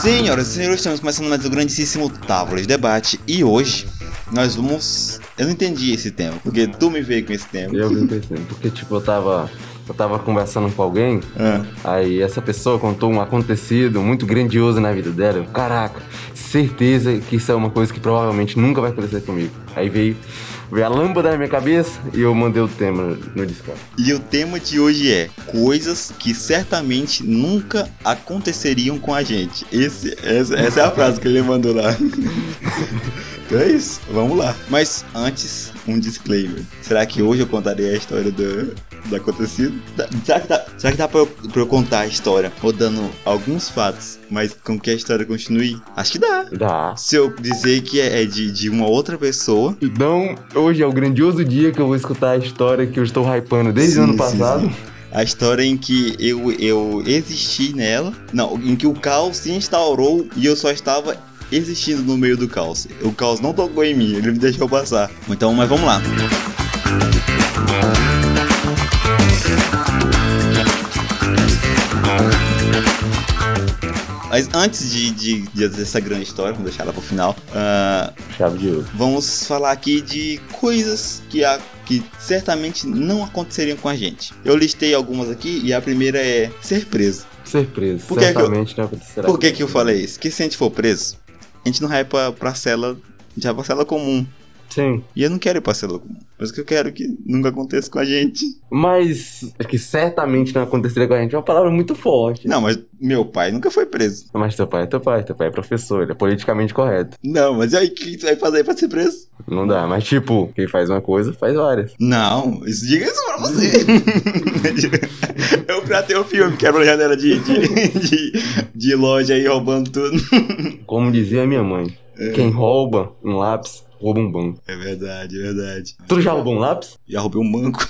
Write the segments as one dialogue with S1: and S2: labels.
S1: Senhoras e senhores, estamos começando mais o grandíssimo Távola de Debate e hoje nós vamos. Eu não entendi esse tema, porque tu me veio com esse tema.
S2: Eu não entendi, porque tipo, eu tava. Eu tava conversando com alguém,
S1: Ah.
S2: aí essa pessoa contou um acontecido muito grandioso na vida dela. Eu, Caraca, certeza que isso é uma coisa que provavelmente nunca vai acontecer comigo. Aí veio, veio a lâmpada na minha cabeça e eu mandei o tema no Discord.
S1: E o tema de hoje é coisas que certamente nunca aconteceriam com a gente. Esse- essa, essa é a frase que ele mandou lá. Então é isso, vamos lá. Mas antes, um disclaimer. Será que hoje eu contarei a história do, do acontecido? Dá- Será que dá, será que dá pra, eu, pra eu contar a história rodando alguns fatos, mas com que a história continue? Acho que dá.
S2: Dá.
S1: Se eu dizer que é, é de, de uma outra pessoa,
S2: Então, hoje é o grandioso dia que eu vou escutar a história que eu estou hypando desde
S1: Sim,
S2: o ano
S1: sim,
S2: passado.
S1: A história em que eu, eu existi nela. Não, em que o caos se instaurou e eu só estava existindo no meio do caos. O caos não tocou em mim, ele me deixou passar. Então, mas vamos lá. Mas antes de, de, de essa grande história, vamos deixar ela pro final. ah,
S2: Chave de ouro.
S1: Vamos falar aqui de coisas que, a, que certamente não aconteceriam com a gente. Eu listei algumas aqui e a primeira é ser preso.
S2: Surpresa,
S1: Por que que eu-
S2: certamente não acontecerá.
S1: Por que, que eu falei isso? Que se a gente for preso, a gente não vai pra, pra cela, já pra cela comum.
S2: Sim.
S1: E eu não quero ir pra cela comum. Mas o que eu quero é que nunca aconteça com a gente.
S2: Mas é que certamente não aconteceria com a gente é uma palavra muito forte.
S1: Não, mas meu pai nunca foi preso.
S2: Mas teu pai é teu pai, teu pai é professor, ele é politicamente correto.
S1: Não, mas e aí o que tu vai fazer pra ser preso?
S2: Não dá, mas tipo, quem faz uma coisa, faz várias.
S1: Não, isso, diga isso pra você. eu pra ter o filme, quebra a janela de, de, de, de loja aí roubando tudo.
S2: Como dizia minha mãe, quem rouba um lápis, rouba um banco.
S1: É verdade, é verdade.
S2: Tu já roubou um lápis?
S1: Já roubei um banco.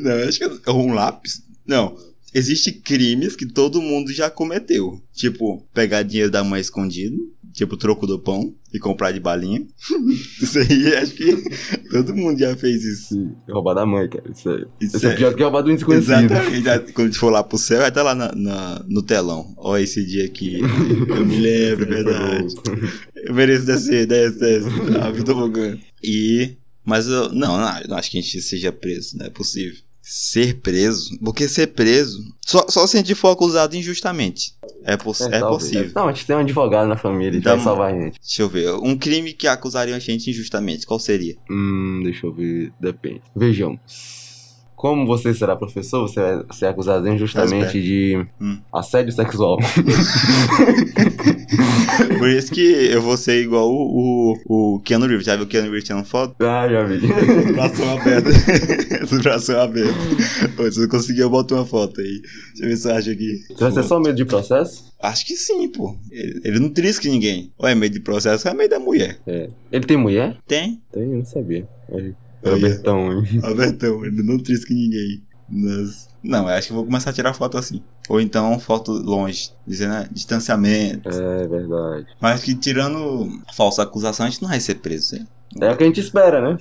S1: Não, acho que eu- ou um lápis. Não. Existem crimes que todo mundo já cometeu. Tipo, pegar dinheiro da mãe escondido. Tipo, troco do pão e comprar de balinha. Isso aí, acho que todo mundo já fez isso.
S2: Sim, roubar da mãe, cara. Isso é,
S1: Isso
S2: isso é
S1: é-
S2: pior do que roubar do desconhecido.
S1: Exatamente. Já- Quando a gente for lá pro céu, vai estar lá na- na- no telão. Ó, esse dia aqui. Eu me lembro, é verdade. Eu mereço descer, desce, desce. Ah, A vida bugando. E. Mas eu. Não, não, eu não acho que a gente seja preso, não é possível. Ser preso? Porque ser preso. Só, só se a gente for acusado injustamente. É, poss é,
S2: talvez.
S1: possível.
S2: Não, a gente tem um advogado na família, ele
S1: Então-
S2: vai salvar a gente.
S1: Deixa eu ver. Um crime que acusariam a gente injustamente, qual seria?
S2: Hum, deixa eu ver, depende. Vejamos. Como você será professor, você vai ser acusado injustamente de
S1: Hum.
S2: assédio sexual.
S1: Por isso que eu vou ser igual o, o, o Keanu Reeves. Já viu o Keanu Reeves tirando foto?
S2: ah, já vi.
S1: Bração aberto. Bração aberto. Ô, se eu conseguir, eu boto uma foto aí. Deixa eu ver se eu acho aqui.
S2: Você vai ser só medo de processo?
S1: Acho que sim, pô. Ele, ele não trisca ninguém. Ou é meio de processo, ou é meio da mulher.
S2: Ele tem mulher?
S1: Tem?
S2: Tem, eu não sabia. Olha,
S1: Olha.
S2: Robertão, hein?
S1: Albertão, ele não trisca ninguém. Mas... Não, eu acho que eu vou começar a tirar foto assim. Ou então foto longe, dizendo né, distanciamento.
S2: É verdade.
S1: Mas que tirando falsa acusação, a gente não vai ser preso. né?
S2: É o que a gente espera, né?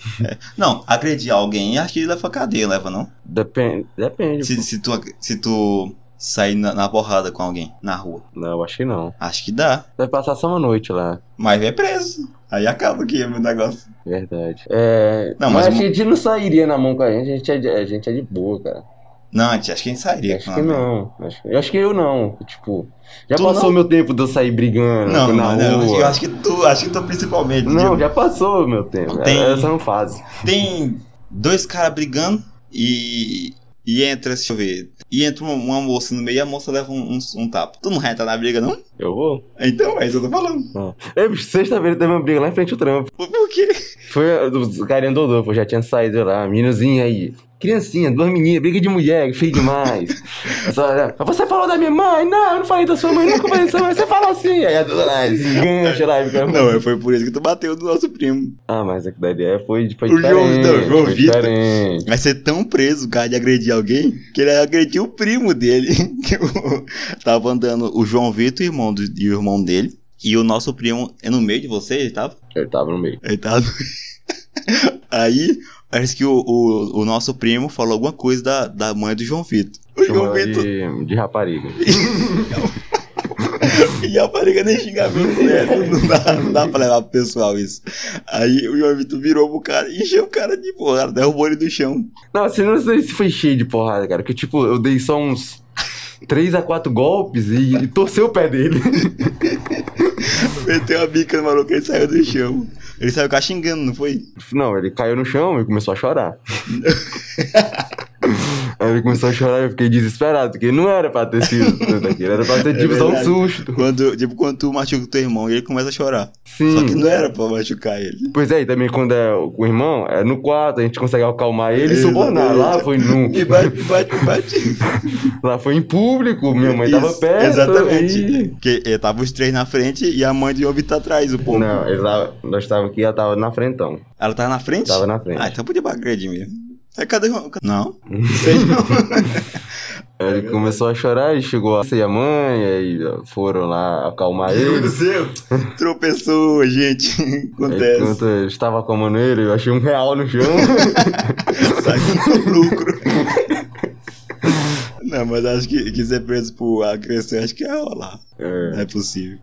S1: Não, agredir alguém, acho que ele leva cadeia, leva não?
S2: Depende. Depende.
S1: Se, se tu, se tu sair na, na porrada com alguém na rua,
S2: pô. Não, eu acho que não.
S1: acho que dá.
S2: Vai passar só uma noite lá.
S1: Mas é preso. Aí acaba aqui o negócio.
S2: Verdade. É.
S1: Não,
S2: Não,
S1: mas
S2: mas,
S1: uma-
S2: a gente não sairia na mão com a gente, a gente é de, a gente é de boa, cara.
S1: Não, gente, acho que a gente sairia.
S2: acho
S1: com
S2: que
S1: uma-
S2: não. Acho, que- eu acho que eu não. Tipo, já
S1: Tu
S2: passou
S1: não?
S2: o meu tempo de eu sair brigando
S1: Não,
S2: na
S1: não, não,
S2: rua.
S1: Eu acho que tu, acho que tu principalmente.
S2: Não,
S1: Diego.
S2: já passou o meu tempo.
S1: Tem-
S2: Essa é não faz.
S1: Tem dois caras brigando e. E entra, deixa eu ver. E entra uma, uma moça no meio e a moça leva um, um, um tapa. Tu não vai entrar na briga, não?
S2: Eu vou.
S1: Então é isso que eu tô falando.
S2: Ei, bicho, Sexta-feira teve uma briga lá em frente ao trampo.
S1: Por, por quê?
S2: Foi os carinha do Rodolfo, já tinha saído lá, meninozinha aí. Criancinha, duas meninas, briga de mulher, feio demais. Só, né, você falou da minha mãe? Não, eu não falei da sua mãe, nunca falei da sua mãe, você falou assim. Aí a dona lá, engancha lá. e fica-
S1: Não, é, foi por isso que tu bateu do nosso primo.
S2: Ah, mas é que daí é, foi, foi
S1: O João-
S2: diferente.
S1: não, o João
S2: foi
S1: Vitor.
S2: diferente.
S1: Vai ser tão preso, cara, de agredir alguém, que ele agrediu o primo dele. Que o- tava andando o João Vitor, irmão do, e o irmão dele. E o nosso primo é no meio de vocês, tava?
S2: Ele tava no meio.
S1: Aí tá- Aí, parece que o, o, o nosso primo falou alguma coisa da, da mãe do João Vitor. O João
S2: Chamou ela
S1: Vitor
S2: de, de rapariga.
S1: e a rapariga nem xingamento sério. Não dá, não dá pra levar pro pessoal isso. Aí o João Vitor virou pro cara e encheu o cara de porra, derrubou ele do chão.
S2: Não, assim, não sei se foi cheio de porrada, cara. Porque, tipo, eu dei só uns 3 a 4 golpes e, e torceu o pé dele.
S1: Meteu a bica no maluco e ele saiu do chão. Ele saiu cá xingando, não foi?
S2: Não, ele caiu no chão e começou a chorar. Aí ele começou a chorar e eu fiquei desesperado, porque não era pra ter sido tudo aquilo, era pra ser tipo só um
S1: É verdade.
S2: susto.
S1: Quando, tipo, quando tu machuca o teu irmão e ele começa a chorar. Só que
S2: Sim.
S1: não era pra machucar ele.
S2: Pois é, e também quando é o irmão, é no quarto, a gente consegue acalmar ele e subornar.
S1: Exatamente.
S2: Lá foi num.
S1: E bate, bate, bate.
S2: Lá foi em público, minha mãe tava
S1: Isso,
S2: perto.
S1: Exatamente.
S2: e-
S1: Porque eh, tava os três na frente e a mãe de Ovi tá atrás, o povo.
S2: Não, ele tava, nós tava aqui, ela tava na frentão.
S1: Ela tava na frente?
S2: Tava na frente.
S1: Ah, então podia bagulho de mim. É, cadê o... Não. Sei não.
S2: Aí
S1: É
S2: ele começou a chorar e chegou a ser a mãe, aí ó, foram lá acalmar ele.
S1: Tropeçou, gente.
S2: Aí,
S1: Acontece.
S2: Enquanto eu estava acalmando ele, eu achei um real no chão.
S1: Sai com um lucro. Não, mas acho que, que ser preso por agressão, acho que é rolar. Não
S2: é,
S1: é possível.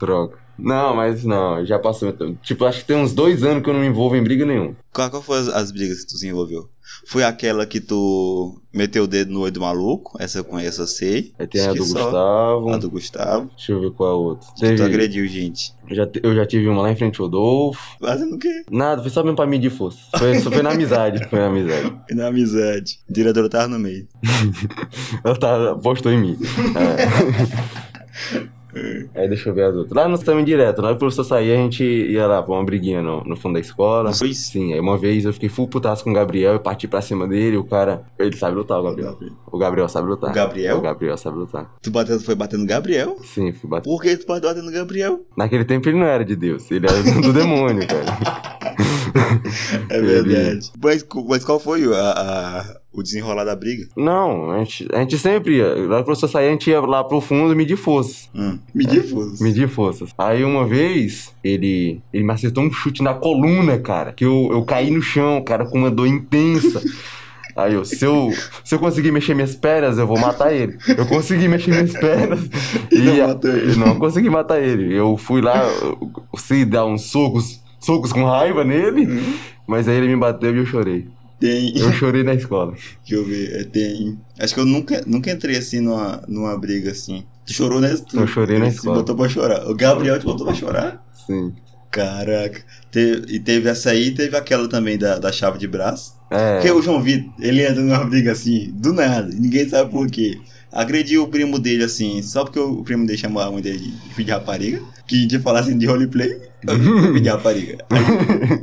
S2: troca. Não, mas não, já passou. então. Tipo, acho que tem uns dois anos que eu não me envolvo em briga nenhuma.
S1: Qual, qual foi as, as brigas que tu se envolveu? Foi aquela que tu meteu o dedo no olho do maluco? Essa eu conheço, eu sei.
S2: Aí tem
S1: Acho
S2: a
S1: que
S2: do
S1: só.
S2: Gustavo.
S1: A do Gustavo.
S2: Deixa eu ver qual é a outra.
S1: Que tu
S2: Teve,
S1: agrediu, gente.
S2: eu, já, te- eu já tive uma lá em frente ao Rodolfo.
S1: Fazendo o quê?
S2: Nada, foi só mesmo pra mim de força. Foi, só foi na amizade. Foi na amizade.
S1: E na amizade. O diretor tava no meio.
S2: Ela tá, postou em mim. É. Aí deixa eu ver as outras. Lá no também direto, na hora que o professor saía, a gente ia lá pra uma briguinha no, no fundo da escola.
S1: Não foi isso?
S2: Sim, aí uma vez eu fiquei full putaço com o Gabriel, eu parti pra cima dele, o cara. Ele sabe lutar, o Gabriel. O Gabriel sabe lutar.
S1: O Gabriel?
S2: O Gabriel sabe lutar.
S1: Tu bateu, foi batendo Gabriel?
S2: Sim, fui bater.
S1: Por que tu bateu batendo Gabriel?
S2: Naquele tempo ele não era de Deus, ele era do demônio, cara.
S1: É verdade. Mas, cu- mas qual foi o- a- a- o desenrolar da briga?
S2: Não, a gente, a gente sempre ia. Na hora que o professor saía, a gente ia lá pro fundo medir forças.
S1: Hum.
S2: É.
S1: Medir força.
S2: Medir forças. Aí uma vez, ele, ele me acertou um chute na coluna, cara. Que eu, eu caí no chão, cara, com uma dor intensa. Aí eu, se eu, se eu conseguir mexer minhas pernas, eu vou matar ele. Eu consegui mexer minhas pernas
S1: E não matou ele.
S2: e não consegui matar ele. Eu fui lá, eu- eu sei dar uns socos, socos com raiva nele,
S1: Uhum.
S2: mas aí ele me bateu e eu chorei.
S1: Tem.
S2: Eu chorei na escola.
S1: Deixa eu ver. é, Tem. Acho que eu nunca, nunca entrei assim numa, numa briga assim. Tu chorou nessa?
S2: Eu chorei na escola.
S1: Te botou pra chorar. O Gabriel te botou pra chorar?
S2: Sim.
S1: Caraca. Te- e teve essa aí e teve aquela também da, da chave de braço.
S2: É.
S1: Porque o João Vitor, ele entra numa briga assim, do nada, ninguém sabe por quê. Agrediu o primo dele assim, só porque o primo dele chamou a mãe dele de filho de rapariga, que a gente fala assim de roleplay, eu digo, filho de rapariga. Aí,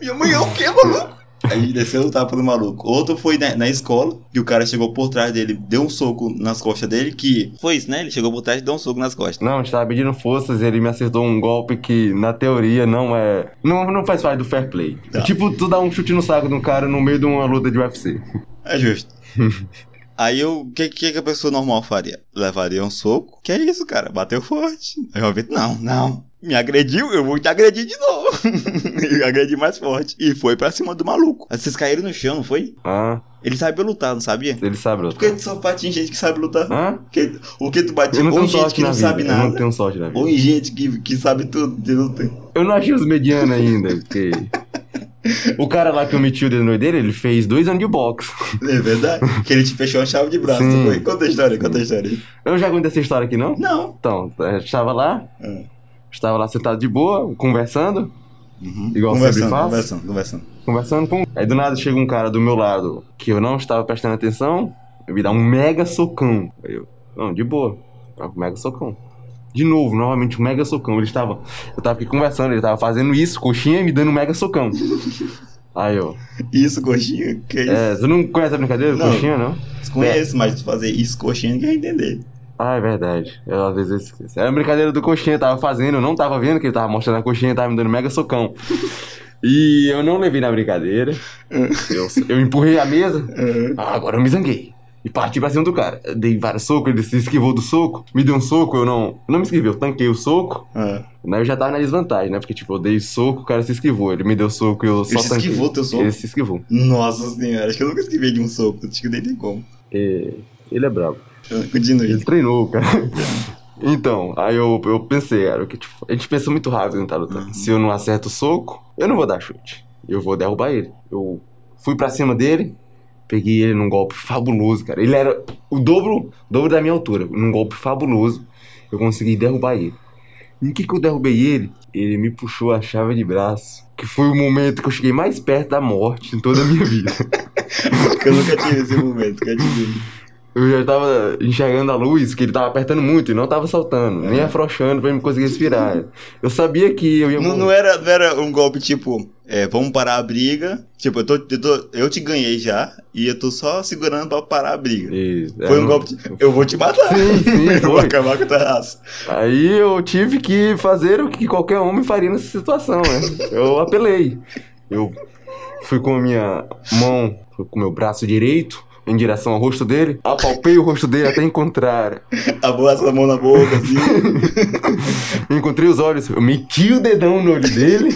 S1: minha mãe é o quê, maluco? Aí desceu o tapa do maluco. Outro foi na, na escola, que o cara chegou por trás dele, deu um soco nas costas dele, que foi isso, né? Ele chegou por trás e deu um soco nas costas.
S2: Não, a gente tava pedindo forças e ele me acertou um golpe que, na teoria, não é. Não, não faz parte do fair play.
S1: Tá.
S2: É Tipo, tu dá um chute no saco de um cara no meio de uma luta de UFC.
S1: É justo. Aí eu, o que, que que a pessoa normal faria? Levaria um soco? Que é isso, cara? Bateu forte. Aí eu vi, não, não. Me agrediu, eu vou te agredir de novo. eu agredi mais forte. E foi pra cima do maluco. Aí Vocês caíram no chão, não foi?
S2: Ah,
S1: Ele sabia lutar, não sabia?
S2: ele sabe
S1: Por
S2: lutar.
S1: que tu só bate em gente que sabe lutar?
S2: Hã?
S1: Porque o que tu bate
S2: Eu não
S1: ou
S2: tenho
S1: em gente
S2: sorte
S1: que
S2: na
S1: não
S2: vida.
S1: sabe
S2: Eu não
S1: nada,
S2: tenho sorte na vida.
S1: ou em gente que, que sabe tudo de luta.
S2: Eu não achei os medianos ainda, porque. O cara lá que eu meti o dedo no olho dele, ele fez dois anos de boxe.
S1: É verdade? que ele te fechou a chave de braço.
S2: Sim.
S1: Foi. Conta a história, conta a história. aí.
S2: Eu já contei essa história aqui, não?
S1: Não.
S2: Então, a gente tava lá,
S1: É.
S2: estava lá sentado de boa, conversando,
S1: Uhum.
S2: Igual sempre
S1: conversando,
S2: faço.
S1: conversando, conversando.
S2: conversando com. Aí do nada chega um cara do meu lado que eu não estava prestando atenção, eu me dá um mega socão. Aí eu, não, de boa, Dá um mega socão. De novo, novamente, um mega socão. Ele estava, eu tava aqui conversando, ele estava fazendo isso, coxinha, e me dando um mega socão. Aí eu,
S1: Isso, coxinha, que isso?
S2: é, tu não conhece a brincadeira,
S1: Não.
S2: coxinha, não?
S1: Desconheço, mas fazer isso, coxinha, ninguém vai entender.
S2: Ah, é verdade. Eu às vezes eu esqueço. Era uma brincadeira do coxinha, eu tava fazendo, eu não tava vendo que ele tava mostrando a coxinha, tava me dando um mega socão. E eu não levei na brincadeira. Eu, eu empurrei a mesa. Ah, agora eu me zanguei. e parti pra cima do cara. Eu dei vários socos, ele se esquivou do soco, me deu um soco, eu não. Eu não me esquivei, eu tanquei o soco.
S1: Ah.
S2: Mas eu já tava na desvantagem, né? Porque, tipo, eu dei soco, o cara se esquivou. Ele me deu soco e eu só
S1: Ele se esquivou teu soco?
S2: Ele se esquivou.
S1: Nossa senhora, acho que eu nunca esquivei de um soco, acho que nem tem como.
S2: É, Ele é brabo.
S1: Continue.
S2: Ele treinou, cara. Então, aí eu, eu pensei, cara, que, tipo, a gente pensa muito rápido, né, tá lutando.
S1: Uhum.
S2: Se eu não acerto o soco, eu não vou dar chute. Eu vou derrubar ele. Eu fui pra cima dele, peguei ele num golpe fabuloso, cara. Ele era o dobro, dobro da minha altura, num golpe fabuloso. Eu consegui derrubar ele. Em que que eu derrubei ele? Ele me puxou a chave de braço, que foi o momento que eu cheguei mais perto da morte em toda a minha vida.
S1: Porque eu nunca tive esse momento, continue.
S2: Eu já tava enxergando a luz, que ele tava apertando muito e não tava saltando,
S1: É.
S2: nem afrouxando pra eu conseguir respirar. Eu sabia que eu ia
S1: Não, não era, não era um golpe tipo, é, vamos parar a briga. Tipo, eu, tô, eu, tô- eu te ganhei já e eu tô só segurando pra parar a briga.
S2: Isso, é,
S1: Foi um
S2: não-
S1: golpe de, eu vou te matar.
S2: Sim, sim,
S1: eu vou
S2: foi.
S1: acabar com a tua raça.
S2: Aí eu tive que fazer o que qualquer homem faria nessa situação, né? Eu apelei. Eu fui com a minha mão, fui com o meu braço direito em direção ao rosto dele, apalpei o rosto dele até encontrar.
S1: Abraça a mão na boca, assim.
S2: Encontrei os olhos, eu meti o dedão no olho dele.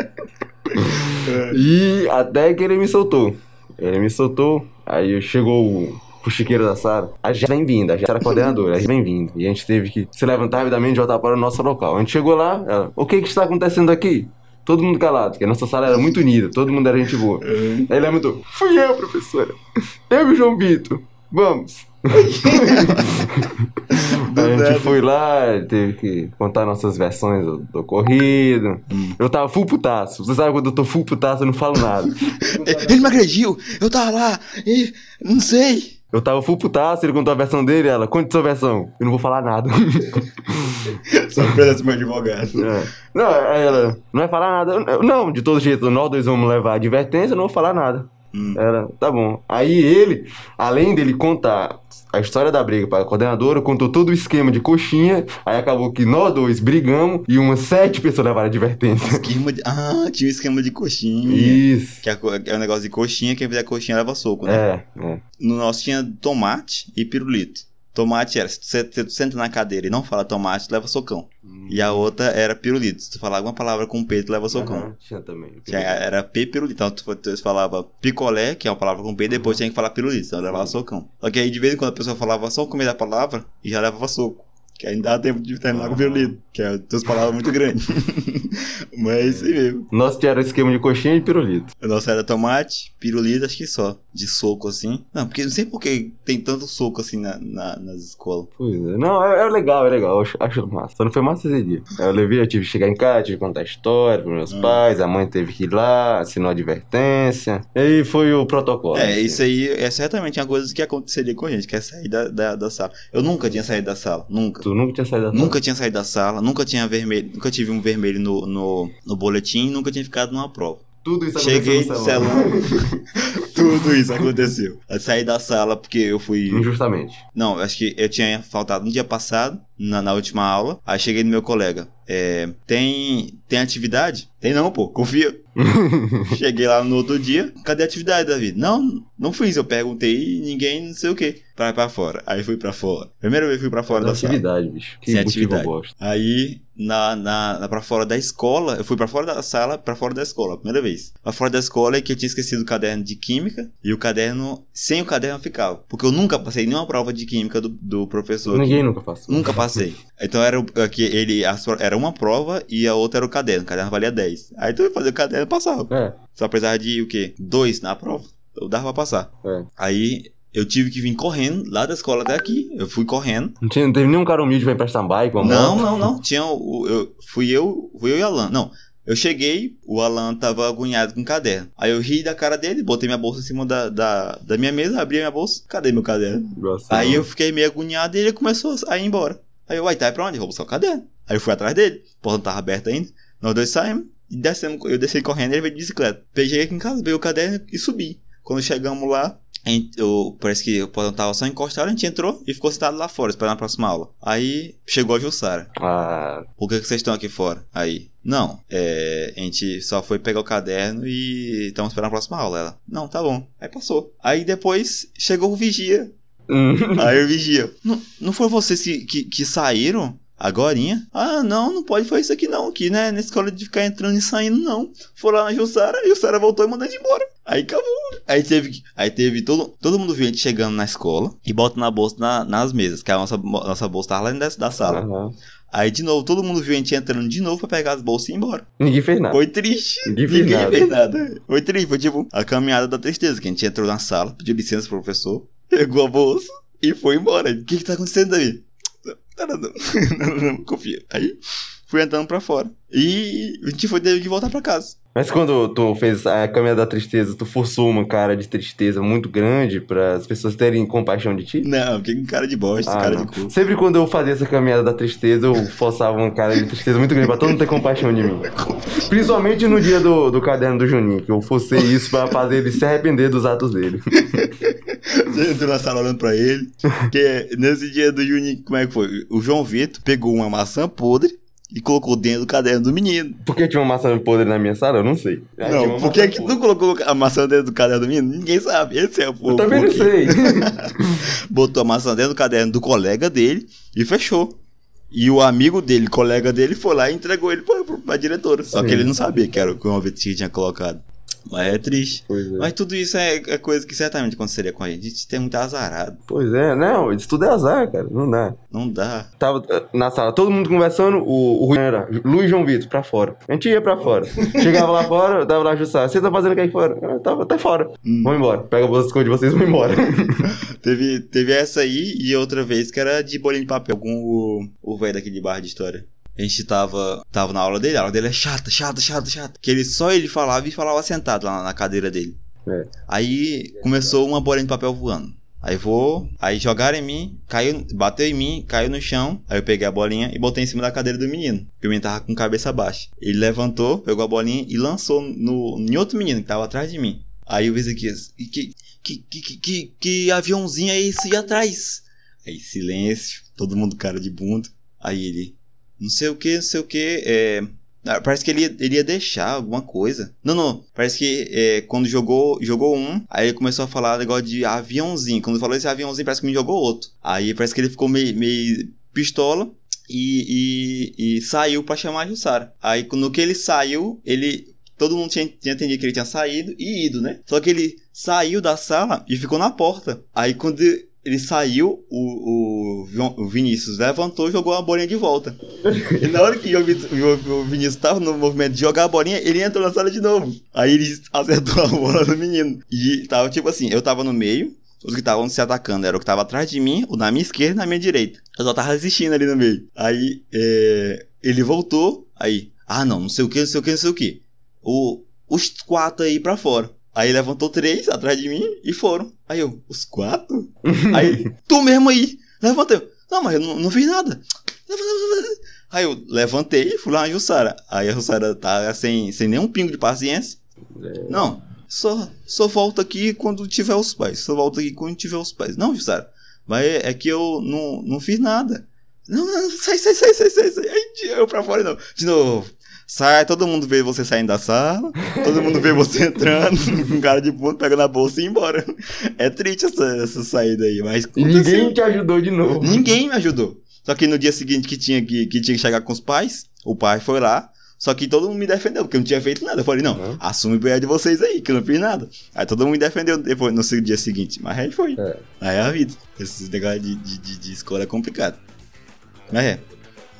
S1: É,
S2: E até que ele me soltou. Ele me soltou, aí chegou o fuxiqueiro da Sara. A gente vem vindo, a gente era coordenadora, a gente vem vindo. E a gente teve que se levantar rapidamente e voltar para o nosso local. A gente chegou lá, ela, o que que está acontecendo aqui? Todo mundo calado, porque a nossa sala era muito unida, todo mundo era gente boa.
S1: Uhum.
S2: Aí ele levantou, fui eu, professora. Eu e o João Vitor, vamos.
S1: Do
S2: a
S1: nada.
S2: gente foi lá, teve que contar nossas versões do, do ocorrido. Eu tava full putaço. Você sabe quando eu tô full putaço, eu não falo nada.
S1: Ele me agrediu, eu tava lá, e não sei.
S2: Eu tava full putaço, ele contou a versão dele, ela, conte sua versão. Eu não vou falar nada.
S1: Só pelo meu advogado.
S2: É. Não, aí ela, não vai falar nada. Eu, eu, não, de todo jeito, nós dois vamos levar a advertência, eu não vou falar nada.
S1: Hum.
S2: Ela, tá bom. Aí ele, além dele contar a história da briga pra coordenadora, contou todo o esquema de coxinha, aí acabou que nós dois brigamos e umas sete pessoas levaram a advertência.
S1: Esquema de. Ah, tinha um esquema de coxinha.
S2: Isso.
S1: Que é co- é um negócio de coxinha, quem fizer coxinha leva soco, né?
S2: É, é.
S1: No nosso tinha tomate e pirulito. Tomate era, se tu, se- se tu senta na cadeira e não fala tomate, tu leva socão. E a outra era pirulito. Se tu falar alguma palavra com P, tu leva socão. é.
S2: Aham, Ah, Tinha também.
S1: Tinha- Era P pirulito. Então tu, fa- tu falava picolé, que é uma palavra com P, depois tinha que falar pirulito, então levava socão. Só que aí de vez em quando a pessoa falava só o começo da palavra e já levava soco. Que aí não dava tempo de terminar com pirulito, que é duas palavras muito grandes. Mas é isso mesmo.
S2: Nosso tinha era esquema de coxinha e pirulito.
S1: O nosso era tomate, pirulito, acho que só. De soco, assim. Não, porque não sei por que tem tanto soco, assim, na, na- nas escolas.
S2: Pois é. Não, é, é legal, é legal. Eu acho, acho massa. Só não foi massa esse dia. Aí Eu levei, eu tive que chegar em casa, tive que contar a história pros meus
S1: Hum.
S2: pais, a mãe teve que ir lá, assinou a advertência. E aí foi o protocolo.
S1: é,
S2: assim.
S1: isso aí é certamente uma coisa que aconteceria com a gente, que é sair da, da, da sala. Eu nunca tinha saído da sala, nunca.
S2: Tu nunca tinha saído da
S1: é- Nunca tinha saído da sala, nunca tinha vermelho, nunca tive um vermelho no, no, no boletim, nunca tinha ficado numa prova.
S2: Tudo isso aconteceu
S1: Cheguei
S2: no
S1: do salão, tudo isso aconteceu. Eu saí da sala porque eu fui
S2: Injustamente.
S1: Não, eu acho que eu tinha faltado no dia passado, na, na última aula. Aí cheguei no meu colega. É, tem, tem atividade? Tem não, pô, confia. cheguei lá no outro dia. Cadê a atividade, Davi? Não, não fiz. Eu perguntei e ninguém, não sei o quê. Pra pra fora. Aí fui pra fora. Primeira vez que fui pra fora da sala.
S2: atividade, bicho. Que
S1: Sem
S2: motivo
S1: atividade.
S2: eu gosto.
S1: Aí, na, na, na- pra fora da escola, eu fui pra fora da sala, pra fora da escola, a primeira vez. Pra fora da escola é que eu tinha esquecido o caderno de química e o caderno, sem o caderno eu ficava. Porque eu nunca passei nenhuma prova de química do, do professor.
S2: Ninguém nunca passou.
S1: Nunca passei. Então era o- que ele as pro- era uma prova e a outra era o caderno. O caderno valia 10. Aí tu ia fazer o caderno e passava.
S2: É,
S1: Só precisava de o quê? Dois na prova. Eu dava pra passar.
S2: É.
S1: Aí eu tive que vir correndo lá da escola até aqui. Eu fui correndo.
S2: não, tinha, não teve nenhum cara humilde pra emprestar um bike, uma
S1: Não,
S2: moto.
S1: não, não. Tinha o. o- Eu, fui eu. Fui eu e o Alan. Não. Eu cheguei, o Alan tava agoniado com o caderno. Aí eu ri da cara dele, botei minha bolsa em cima da, da, da minha mesa, abri a minha bolsa. Cadê meu caderno?
S2: Gosto,
S1: Aí
S2: assim, não.
S1: eu fiquei meio agoniado e ele começou a ir embora. Aí eu, uai, tá aí pra onde? Vou buscar o caderno. Aí eu fui atrás dele, a porta não tava aberta ainda. Nós dois saímos e descemos, eu desci correndo, ele veio de bicicleta. Peguei aqui em casa, peguei o caderno e subi. Quando chegamos lá, a gente- eu, parece que o portão tava só encostado, a gente entrou e ficou sentado lá fora, esperando a próxima aula. Aí chegou a Jussara.
S2: Ah,
S1: Por que, que vocês estão aqui fora? Aí, Não, é, a gente só foi pegar o caderno e estamos esperando a próxima aula. Ela, não, tá bom. Aí passou. Aí depois chegou o vigia.
S2: hum.
S1: Aí o vigia, não, não foi vocês que, que, que saíram? Agorinha? Ah, não, não pode fazer isso aqui não, aqui, né? Nessa escola de ficar entrando e saindo, não. Foi lá na Jussara, a Jussara voltou e mandou a gente embora. Aí acabou. Aí teve, que- aí teve todo, todo mundo viu a gente chegando na escola e bota na bolsa, na- nas mesas, que a nossa, bo- nossa bolsa tava lá dentro da da sala.
S2: Aham.
S1: Aí, de novo, todo mundo viu a gente entrando de novo pra pegar as bolsas e ir embora.
S2: Ninguém fez nada.
S1: Foi triste.
S2: Ninguém fez
S1: Ninguém
S2: nada.
S1: fez nada. Foi triste. Foi tipo a caminhada da tristeza, que a gente entrou na sala, pediu licença pro professor, pegou a bolsa e foi embora. O que que tá acontecendo aí? Não, não, não, não, não, não, confia. Aí, fui andando pra fora. E a gente foi, teve que voltar pra casa.
S2: Mas quando tu fez a caminhada da tristeza, tu forçou uma cara de tristeza muito grande pra as pessoas terem compaixão de ti?
S1: Não, fiquei com cara de bosta,
S2: Ah,
S1: cara
S2: não.
S1: de cu.
S2: Sempre quando eu fazia essa caminhada da tristeza, eu forçava uma cara de tristeza muito grande pra todo mundo ter compaixão de mim. Principalmente no dia do, do caderno do Juninho, que eu forcei isso pra fazer ele se arrepender dos atos dele.
S1: Você entrou na sala olhando pra ele. Que é, nesse dia do Juninho, como é que foi? O João Vitor pegou uma maçã podre e colocou dentro do caderno do menino.
S2: Por que tinha uma maçã podre na minha sala? Eu não sei. Ah, tinha
S1: não,
S2: uma
S1: por que
S2: maçã
S1: que
S2: podre.
S1: tu colocou a maçã dentro do caderno do menino? Ninguém sabe. Esse é o
S2: Eu
S1: povo.
S2: também não sei.
S1: Botou a maçã dentro do caderno do colega dele e fechou. E o amigo dele, colega dele, foi lá e entregou ele pra, pra diretora. Só que
S2: Sim.
S1: ele não sabia que era o que o João Vitor tinha colocado. Mas é triste.
S2: Pois é.
S1: Mas tudo isso é é coisa que certamente aconteceria com a gente. A gente tem muito azarado.
S2: Pois é, não, isso tudo é azar, cara. Não dá.
S1: Não dá.
S2: Tava eh, na sala, todo mundo conversando, o, o Rui era Luiz João Vitor, pra fora. A gente ia pra fora. Chegava lá fora, eu tava lá ajustar. Vocês estão fazendo o que aí fora? Eu tava até fora.
S1: Hum.
S2: Vão embora. Pega a bolsa de vocês e vão embora.
S1: Teve, teve essa aí e outra vez que era de bolinho de papel com o, o velho daquele de barra de história. A gente tava, tava na aula dele, a aula dele é chata, chata, chata, chata. Que ele só ele falava e falava sentado lá na cadeira dele.
S2: É.
S1: Aí começou uma bolinha de papel voando. Aí vou, aí jogaram em mim, caiu, bateu em mim, caiu no chão. Aí eu peguei a bolinha e botei em cima da cadeira do menino. Porque o menino tava com cabeça baixa. Ele levantou, pegou a bolinha e lançou no, em outro menino que tava atrás de mim. Aí o Ezequias, "E que, que, que, que, que, que aviãozinho é esse aí atrás? Aí silêncio, todo mundo cara de bunda. Aí ele, não sei o que, não sei o que, é... ah, Parece que ele ia, ele ia deixar alguma coisa. Não, não. Parece que é, quando jogou jogou um, aí ele começou a falar negócio de aviãozinho. Quando falou esse aviãozinho, parece que me jogou outro. Aí parece que ele ficou meio, meio pistola e, e, e saiu pra chamar a Jussara. Aí no que ele saiu, ele Todo mundo tinha, tinha entendido que ele tinha saído e ido, né? Só que ele saiu da sala e ficou na porta. Aí quando ele saiu, o, o Vin- o Vinícius levantou e jogou a bolinha de volta. E na hora que o, Vin- o- o Vinícius tava no movimento de jogar a bolinha, ele entrou na sala de novo. Aí ele acertou a bola do menino. E tava tipo assim, eu tava no meio, os que estavam se atacando era o que tava atrás de mim, o na minha esquerda e na minha direita. Eu só tava resistindo ali no meio. Aí, é, ele voltou, aí, ah não, não sei o que, não sei o que, não sei o que. O, os quatro aí pra fora. Aí levantou três atrás de mim e foram. Aí eu, os quatro? Aí, tu mesmo aí, levanta eu. Não, mas eu não, não fiz nada. Aí eu levantei e fui lá na Jussara. Aí a Jussara tá sem, sem nenhum pingo de paciência.
S2: É.
S1: Não, só, só volta aqui quando tiver os pais. Só volta aqui quando tiver os pais. Não, Jussara, mas é, é que eu não, não fiz nada. Não, não, sai, sai, sai, sai, sai, sai. Aí de- eu pra fora não. De novo. Sai, todo mundo vê você saindo da sala, todo mundo vê você entrando, um cara de ponto pegando a bolsa e ir embora. É triste essa, essa saída aí, mas.
S2: E
S1: aconteceu.
S2: ninguém te ajudou de novo.
S1: Ninguém me ajudou. Só que no dia seguinte que tinha que, que tinha que chegar com os pais, o pai foi lá. Só que todo mundo me defendeu, porque eu não tinha feito nada. Eu falei, não,
S2: Hã?
S1: assume o BR de vocês aí, que eu não fiz nada. Aí todo mundo me defendeu depois, no se- dia seguinte. Mas aí foi.
S2: É.
S1: Aí é a vida. Esse negócio de, de, de, de escola é complicado. Mas é.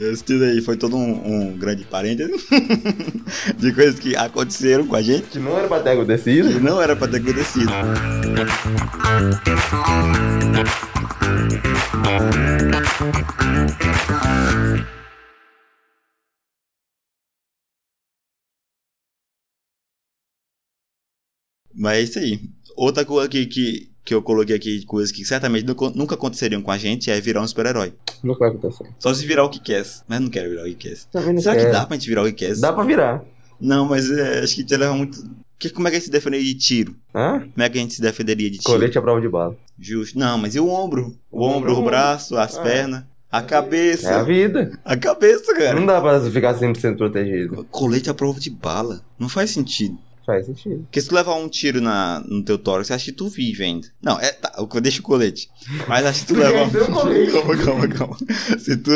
S1: Esse tudo aí foi todo um, um grande parênteses de coisas que aconteceram com a gente
S2: Que não era pra ter acontecido.
S1: que não era pra ter acontecido. Mas é isso aí. Outra coisa que, que, que eu coloquei aqui, coisas que certamente nunca, nunca aconteceriam com a gente, é virar um super-herói.
S2: Não vai acontecer.
S1: Só se virar o que quer. Mas não quero virar o que quer.
S2: Também não
S1: Será
S2: quero.
S1: que dá pra gente virar o que quer?
S2: É. Dá pra virar.
S1: Não, mas é, acho que te leva muito. Que, como é que a gente se defenderia de tiro?
S2: Hã?
S1: Como é que a gente se defenderia de tiro?
S2: Colete à prova de bala.
S1: Justo. Não, mas e o ombro? O,
S2: O
S1: ombro,
S2: ombro,
S1: o braço, as
S2: é.
S1: pernas. A cabeça.
S2: É Hum. a vida.
S1: A cabeça, cara.
S2: Não dá pra ficar 100% protegido.
S1: Colete à prova de bala. Não faz sentido.
S2: Faz sentido.
S1: Porque se tu levar um tiro na, no teu tórax, acho que tu vive ainda. Não, é, tá, eu- deixa o colete. Mas acho que tu levar
S2: Esse é o colete.
S1: calma, calma, calma. Se tu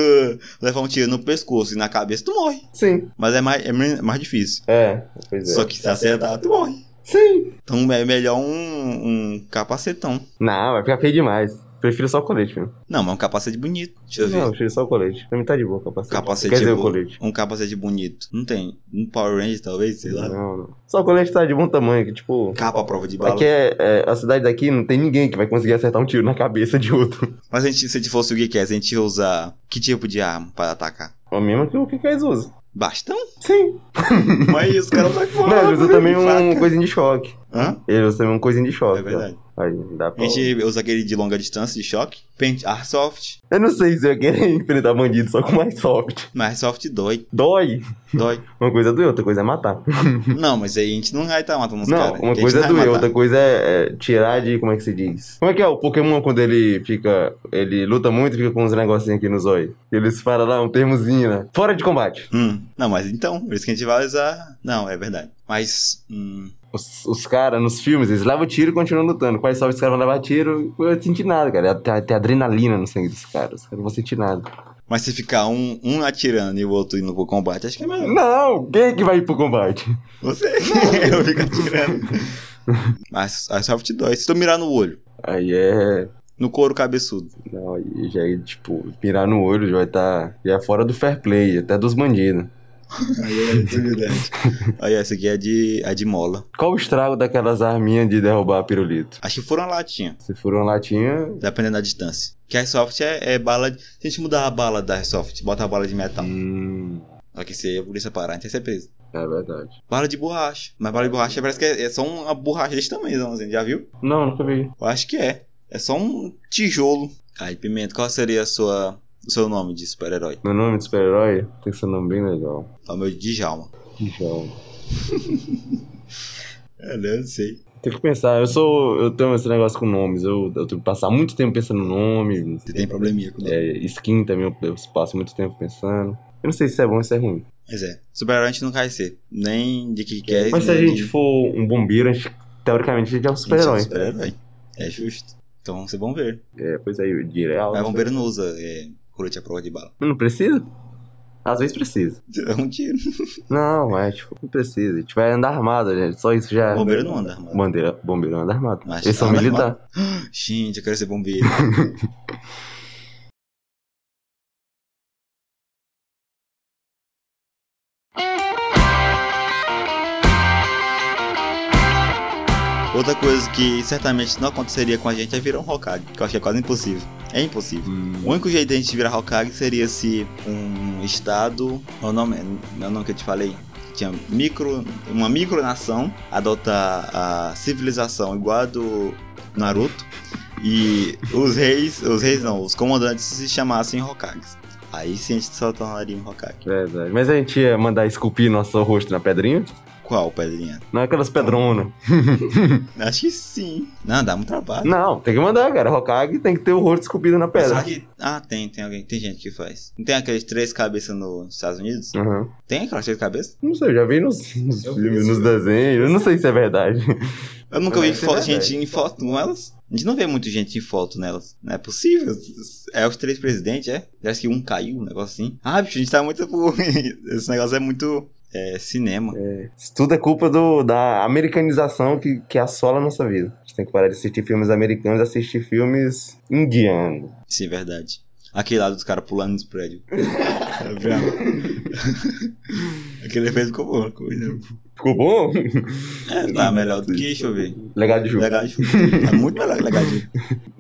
S1: levar um tiro no pescoço e na cabeça, tu morre.
S2: Sim.
S1: Mas é mais, é men- mais difícil.
S2: É, pois é.
S1: Só que se acertar, tu morre.
S2: Sim.
S1: Então é melhor um, um capacetão.
S2: Não, vai ficar feio demais. Prefiro só o colete, mesmo.
S1: Não, mas um capacete bonito. Deixa eu ver.
S2: Não, prefiro só o colete. Pra mim tá de boa o capacete.
S1: Capacete
S2: Quer dizer,
S1: bom.
S2: o colete.
S1: Um capacete bonito. Não tem. Um Power Ranger, talvez, sei lá.
S2: Não, não. Só o colete tá de bom tamanho, que tipo...
S1: Capa à prova de bala.
S2: Aqui é, é- A cidade daqui não tem ninguém que vai conseguir acertar um tiro na cabeça de outro.
S1: Mas a gente, se a gente fosse o que quer, a gente ia usar que tipo de arma para atacar?
S2: É O mesmo que o que eles usam.
S1: Bastão?
S2: Sim.
S1: Mas os caras tá com
S2: Não, ele usa também
S1: faca.
S2: uma coisinha de choque.
S1: Hã?
S2: Ele usa também uma coisinha de choque.
S1: É
S2: ó.
S1: verdade.
S2: Aí dá
S1: A
S2: pra...
S1: gente usa aquele de longa distância, de choque. Pente, Airsoft.
S2: Eu não sei se eu ia querer enfrentar bandido só com mais soft.
S1: Mas Airsoft dói.
S2: Dói.
S1: Dói.
S2: Uma coisa é doer, outra coisa é matar.
S1: não, mas aí a gente não vai estar matando os
S2: não,
S1: caras.
S2: uma
S1: que a
S2: coisa é
S1: gente não vai
S2: doer,
S1: matar.
S2: outra coisa é, é tirar de. Como é que se diz? Como é que é? O Pokémon, quando ele fica. Ele luta muito e fica com uns negocinhos aqui nos olhos. Eles falam lá um termozinho, né? Fora de combate.
S1: Hum. Não, mas então, por isso que a gente vai usar. Não, é verdade. Mas. Hum,
S2: Os, os caras nos filmes, eles levam tiro e continuam lutando. Quais só os caras vão levar tiro? Eu não senti nada, cara. Tem, tem adrenalina no sangue dos caras. Os caras não vão sentir nada.
S1: mas se ficar um, um atirando e o outro indo pro combate, acho que é melhor.
S2: Não! Quem é que vai ir pro combate?
S1: Você. eu fico atirando. Mas Airsoft dói. Se tu mirar no olho,
S2: Aí é.
S1: no couro cabeçudo.
S2: Não, aí já é, tipo, mirar no olho já vai tá. Já é fora do fair play, até dos bandidos.
S1: Aí é verdade. Aí essa aqui é de, é de mola.
S2: Qual o estrago daquelas arminhas de derrubar pirulito?
S1: Acho que foram uma latinha,
S2: Se um for uma latinha.
S1: dependendo da distância. Que a Airsoft é, é bala de... Se a gente mudar a bala da Airsoft, bota a bala de metal.
S2: Hum.
S1: Só que se a polícia parar, a gente vai ser preso.
S2: É verdade.
S1: Bala de borracha. Mas bala de borracha parece que é, é só uma borracha desse tamanho, não, assim, já viu?
S2: Não, nunca vi.
S1: Eu acho que é. É só um tijolo. Aí, Pimenta, qual seria a sua... O seu nome de super-herói?
S2: Meu nome de super-herói tem que ser um nome bem legal.
S1: É o meu Djalma.
S2: Tijão.
S1: É, eu não sei.
S2: Tem que pensar, eu sou. Eu tenho esse negócio com nomes. Eu, eu tenho que passar muito tempo pensando no nome.
S1: Você tem probleminha com o nome.
S2: É, skin também eu, eu passo muito tempo pensando. Eu não sei se é bom ou se é ruim.
S1: Mas é. Super-herói a gente não vai ser. Nem de que quer.
S2: Mas se a
S1: nem
S2: gente
S1: de-
S2: for um bombeiro, a gente, teoricamente a gente é um
S1: A
S2: super-herói.
S1: gente é um super-herói. É justo. Então vamos ser bombeiro.
S2: É, pois aí, o direal.
S1: Mas bombeiro não usa é, colete à prova de bala.
S2: Não precisa? Às vezes precisa.
S1: É um tiro.
S2: Não, é tipo, não precisa. A gente vai andar armado, gente. Só isso já. é.
S1: Um Bombeiro não
S2: né?
S1: anda, mano.
S2: Bandeira, bombeiro anda armado.
S1: Mas
S2: Eles são
S1: anda
S2: militar.
S1: Gente, eu quero ser bombeiro. Outra coisa que certamente não aconteceria com a gente é virar um Hokage, que eu acho que é quase impossível. É impossível. O único jeito de a gente virar Hokage seria se um estado, o nome, não é o nome que eu te falei, tinha micro, uma micronação adotar a civilização igual a do Naruto e os reis, os reis não, os comandantes se chamassem Hokages. Aí sim a gente só tornaria um Hokage.
S2: Verdade. Mas a gente ia mandar esculpir nosso rosto na pedrinha?
S1: Qual, Pedrinha?
S2: Não é aquelas pedronas.
S1: Acho que sim. Não, dá muito trabalho.
S2: Não, tem que mandar, cara. Hokage tem que ter o rosto esculpido na
S1: Será
S2: pedra.
S1: que- Ah, tem, tem alguém, tem gente que faz. Não tem aqueles três cabeças nos Estados Unidos?
S2: Aham.
S1: Tem aquelas três cabeças?
S2: Não sei, eu já vi nos, nos
S1: Eu vi
S2: filmes,
S1: isso.
S2: nos desenhos. Eu não sei se é verdade.
S1: Eu nunca vi
S2: Mas isso é
S1: fo-
S2: verdade.
S1: gente em foto com elas. A gente não vê muito gente em foto nelas. Não é possível. É os três presidentes, é? Parece que um caiu, um negócio assim. Ah, bicho, a gente tá muito. Esse negócio é muito. É cinema.
S2: Isso tudo é culpa do, da americanização que, que assola a nossa vida. A gente tem que parar de assistir filmes americanos e assistir filmes indianos.
S1: Sim, verdade. Aquele lado dos caras pulando nos prédios. Tá
S2: É
S1: vendo? Aquele efeito ficou bom. ficou bom.
S2: Ficou bom?
S1: É, tá melhor do que deixa eu ver.
S2: Legado de Júpiter.
S1: Legal de Júpiter. É muito melhor que legal de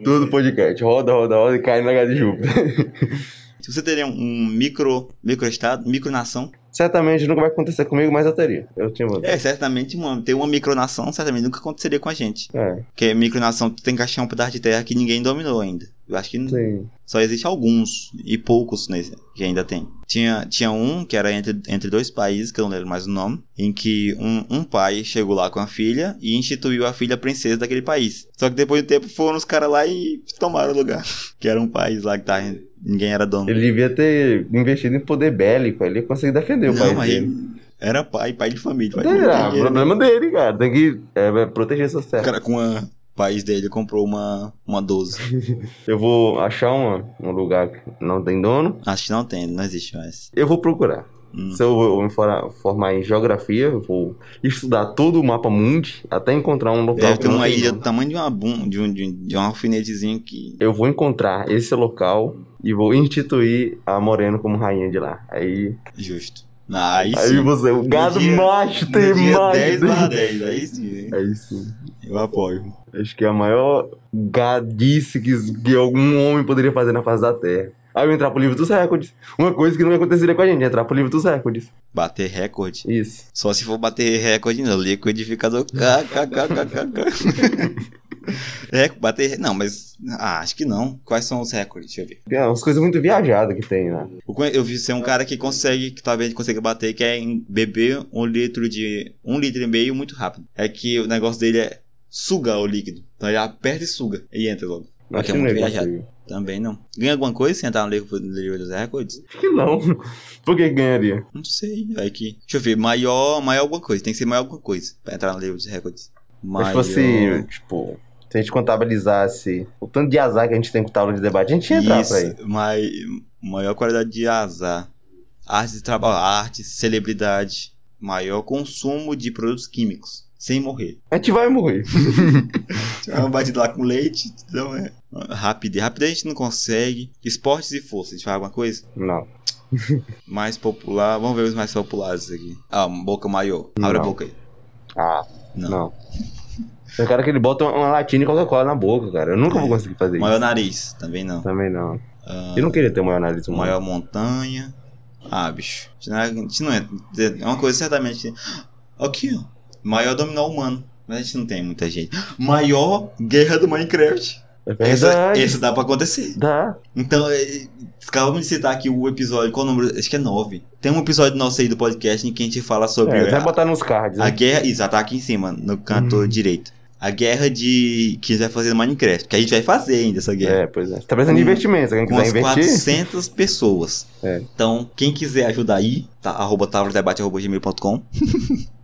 S2: Tudo podcast. Roda, roda, roda e cai no legado de Júpiter.
S1: um Se você teria um micro, micro estado, micro nação,
S2: certamente nunca vai acontecer comigo, mas eu teria. Eu tinha vontade.
S1: É, certamente, mano, ter uma micronação certamente nunca aconteceria com a gente.
S2: É,
S1: Porque micronação, tu tem que achar um pedaço de terra que ninguém dominou ainda. Eu acho que n-
S2: sim.
S1: só existe alguns, e poucos nesse, que ainda tem. Tinha, tinha um que era entre, entre dois países, que eu não lembro mais o nome, em que um, um pai chegou lá com a filha e instituiu a filha princesa daquele país. Só que depois do tempo foram os caras lá e tomaram o lugar. Que era um país lá que tava, ninguém era dono.
S2: Ele devia ter investido em poder bélico, ele ia conseguir defender o um país
S1: Não, mas
S2: dele.
S1: ele era pai, pai de família. Pai de
S2: Tem, ah,
S1: família.
S2: problema dele, cara. Tem que é, proteger suas
S1: O
S2: terras.
S1: né? cara com a país dele comprou uma, uma 12.
S2: Eu vou achar uma, um lugar que não tem dono.
S1: Acho que não tem, não existe mais.
S2: Eu vou procurar.
S1: Hum.
S2: Se eu vou me fora- formar em geografia, eu vou estudar todo o mapa mundi até encontrar um local
S1: Deve
S2: que
S1: ter
S2: não
S1: É, uma
S2: tem
S1: ilha do
S2: dono.
S1: tamanho de uma bum, de um, de um, de um alfinetezinho que.
S2: Eu vou encontrar esse local e vou instituir a Moreno como rainha de lá. Aí,
S1: Justo. Ah, aí
S2: aí
S1: sim.
S2: você, o gado
S1: dia-
S2: macho
S1: No
S2: tem
S1: dia
S2: mais. É
S1: 10 barra 10, aí sim. hein?
S2: Aí sim.
S1: Eu apoio.
S2: Acho que é a maior gadice que, que algum homem poderia fazer na face da Terra. Aí eu entrar pro livro dos recordes. Uma coisa que não aconteceria com a gente, é entrar pro livro dos recordes.
S1: Bater recorde.
S2: Isso.
S1: Só se for bater recorde no liquidificador. KKKKK. É, bater. Não, mas. Ah, acho que não. Quais são os recordes? Deixa eu ver.
S2: É umas coisas muito viajadas que tem né? lá.
S1: Eu conhe- Eu vi ser um cara que consegue, que talvez ele consiga bater, que é em beber um litro de. um litro e meio muito rápido. É que o negócio dele é sugar o líquido. Então ele aperta e suga. E entra logo.
S2: Acho
S1: Aqui é
S2: que não
S1: muito
S2: é
S1: viajado.
S2: possível.
S1: Também não. Ganha alguma coisa se entrar no livro no livro dos recordes?
S2: Acho que não. Por que que ganharia?
S1: Não sei. É que. Deixa eu ver. Maior, maior alguma coisa. Tem que ser maior alguma coisa pra entrar no livro dos recordes.
S2: Mas tipo assim,
S1: Maior.
S2: se fosse, tipo, se a gente contabilizasse o tanto de azar que a gente tem com tábua de debate, a gente ia entrar pra aí.
S1: Isso, mai, maior qualidade de azar. Arte de trabalho, arte, celebridade. Maior consumo de produtos químicos. Sem morrer.
S2: A gente vai morrer.
S1: É uma batida lá com leite, então é. Rapidez. Rapidez a gente não consegue. Esportes e força, a gente faz alguma coisa?
S2: Não.
S1: Mais popular. Vamos ver os mais populares aqui. Ah, boca maior. Abre a
S2: Não.
S1: boca aí.
S2: Ah,
S1: Não.
S2: não. Eu quero que ele bota uma latinha de Coca-Cola na boca, cara. Eu
S1: É.
S2: nunca vou conseguir fazer
S1: Maior
S2: isso.
S1: nariz, também não.
S2: Também não.
S1: Ah,
S2: Eu não queria ter um maior nariz humano.
S1: maior montanha. Ah, bicho. A gente não é- a gente não é. É uma coisa certamente. Aqui, ó. Maior dominar humano. Mas a gente não tem muita gente. Maior guerra do Minecraft.
S2: É
S1: Essa,
S2: verdade.
S1: essa dá pra acontecer.
S2: Dá.
S1: Então, eh, acabamos de citar aqui o episódio, qual o número? Acho que é 9. Tem um episódio nosso aí do podcast em que a gente fala sobre
S2: É, você vai
S1: a,
S2: botar nos cards.
S1: a
S2: né?
S1: guerra. Isso, tá aqui em cima, no canto
S2: Hum.
S1: direito. A guerra de. que a gente vai fazer no Minecraft. Que a gente vai fazer ainda essa guerra.
S2: É, pois é. Você tá precisando de
S1: Com-
S2: investimento. Se alguém
S1: Com
S2: quiser
S1: Hum. umas
S2: investir,
S1: 400 pessoas.
S2: É.
S1: Então, quem quiser ajudar aí, tá? Arroba tavrodebate, arroba gmail.com.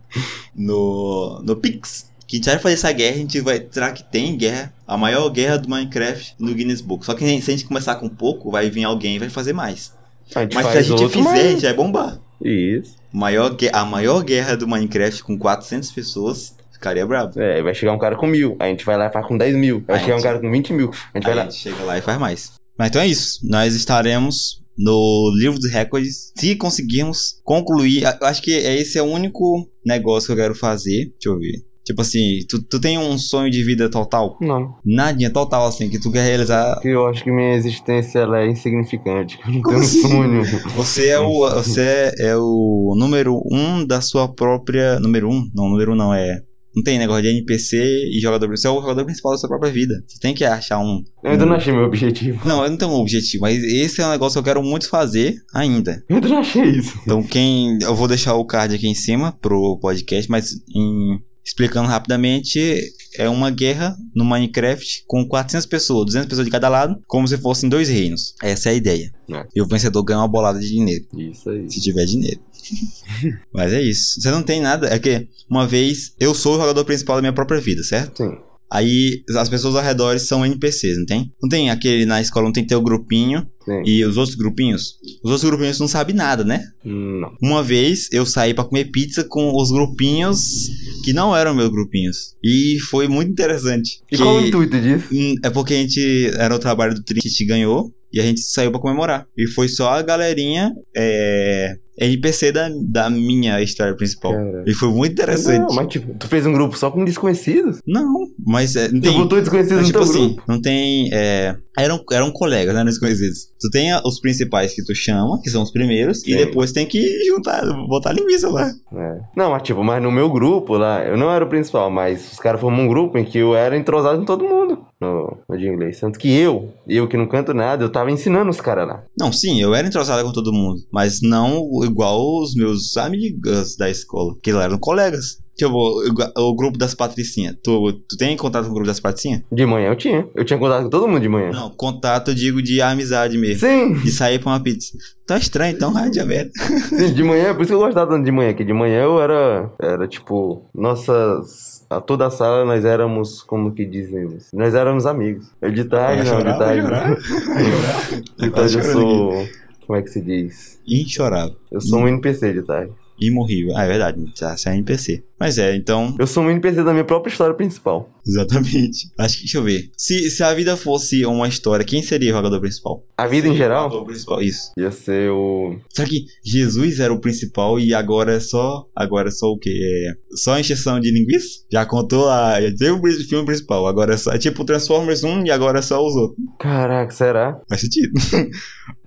S1: no, no Pix. Que a gente vai fazer essa guerra, a gente vai. Será que tem guerra? A maior guerra do Minecraft no Guinness Book. Só que se a gente começar com pouco, vai vir alguém e vai fazer mais.
S2: a gente
S1: Mas se a
S2: faz
S1: gente
S2: outro,
S1: fizer,
S2: mas-
S1: já é bombar.
S2: Isso.
S1: Maior, gue- a maior guerra do Minecraft com 400 pessoas ficaria brabo.
S2: É, aí vai chegar um cara com mil. Aí a gente vai lá e faz com 10 mil. Aí
S1: A
S2: vai chegar um
S1: gente-
S2: cara com 20 mil. A gente vai
S1: Aí a
S2: lá.
S1: gente É, chega lá e faz mais. Mas então é isso. Nós estaremos no livro dos recordes se conseguirmos concluir. a- Eu acho que é- esse é o único negócio que eu quero fazer. Deixa eu ver. Tipo assim, tu, tu tem um sonho de vida total?
S2: Não.
S1: Nadinha total, assim, que tu quer realizar.
S2: Porque eu acho que minha existência ela é insignificante. Eu não
S1: Como
S2: tenho um
S1: assim?
S2: sonho.
S1: Você é o. Você é o número um da sua própria. Número um? Não, número um não é. Não tem negócio de NPC e jogador principal. Você é o jogador principal da sua própria vida. Você tem que achar um
S2: Eu ainda não achei meu objetivo.
S1: Não, eu não tenho um objetivo, mas esse é um negócio que eu quero muito fazer ainda.
S2: Eu ainda não achei isso.
S1: Então, quem. Eu vou deixar o card aqui em cima pro podcast, mas em- explicando rapidamente, é uma guerra no Minecraft com 400 pessoas, 200 pessoas de cada lado, como se fossem dois reinos. Essa é a ideia.
S2: É.
S1: E o vencedor ganha uma bolada de dinheiro,
S2: Isso aí.
S1: se tiver dinheiro. mas é isso. Você não tem nada. É que, uma vez, eu sou o jogador principal da minha própria vida, certo?
S2: Sim.
S1: Aí as pessoas ao redor são NPCs, não tem? Não tem aquele na escola, não tem teu grupinho
S2: Sim.
S1: e os outros grupinhos? Os outros grupinhos não sabem nada, né?
S2: Não.
S1: Uma vez eu saí pra comer pizza com os grupinhos que não eram meus grupinhos. E foi muito interessante.
S2: E
S1: que-
S2: qual o intuito disso?
S1: Hum, É porque a gente era o trabalho do Tri, que a gente ganhou. E a gente saiu pra comemorar. E foi só a galerinha é, NPC da, da minha história principal.
S2: Cara.
S1: E foi muito interessante.
S2: Não, mas tipo, tu fez um grupo só com desconhecidos?
S1: Não, mas é, não
S2: Tu
S1: tem.
S2: botou desconhecidos
S1: mas,
S2: no
S1: tipo
S2: teu
S1: assim,
S2: grupo?
S1: não tem. é, eram, eram colegas, né? Eram desconhecidos. Tu tem a- os principais que tu chama, que são os primeiros, e
S2: Sim.
S1: depois tem que juntar, botar a linguiça lá.
S2: É. Não, mas tipo, mas no meu grupo lá, eu não era o principal, mas os caras formam um grupo em que eu era entrosado com todo mundo no, no de inglês. Tanto que eu, eu que não canto nada, eu tava ensinando os caras lá.
S1: Não, sim, eu era entrosado com todo mundo, mas não igual os meus amigos da escola, que lá eram colegas. Tipo, o- o grupo das patricinhas. Tu, tu tem contato com o grupo das patricinhas?
S2: De manhã eu tinha. Eu tinha contato com todo mundo de manhã.
S1: Não, contato, eu digo, de amizade mesmo.
S2: Sim,
S1: De sair pra uma pizza. Tá estranho, então, rádio aberto.
S2: sim, de manhã, por isso que eu gostava tanto de manhã, que de manhã eu era, era tipo, nossas, a toda a sala nós éramos, como que dizemos, nós éramos amigos. Eu de tarde,
S1: Vai
S2: não,
S1: chorar,
S2: de tarde,
S1: vai chorar. Vai chorar. Tá
S2: de tarde Então eu
S1: chorando
S2: sou, como é que se diz?
S1: Inchorável.
S2: Eu sou um NPC de tarde.
S1: Imorrível. Ah, é verdade, tá, você é NPC. Mas é, então,
S2: Eu sou um NPC da minha própria história principal.
S1: exatamente. Acho que, deixa eu ver. Se, se a vida fosse uma história, quem seria o jogador principal?
S2: A vida em geral
S1: jogador principal, isso.
S2: ia ser o.
S1: Só que Jesus era o principal e agora é só. Agora é só o quê? É só encheção de linguiça? Já contou a. Já teve o pri- filme principal, agora é só. É tipo Transformers 1 e agora é só os outros.
S2: Caraca, será?
S1: Faz sentido.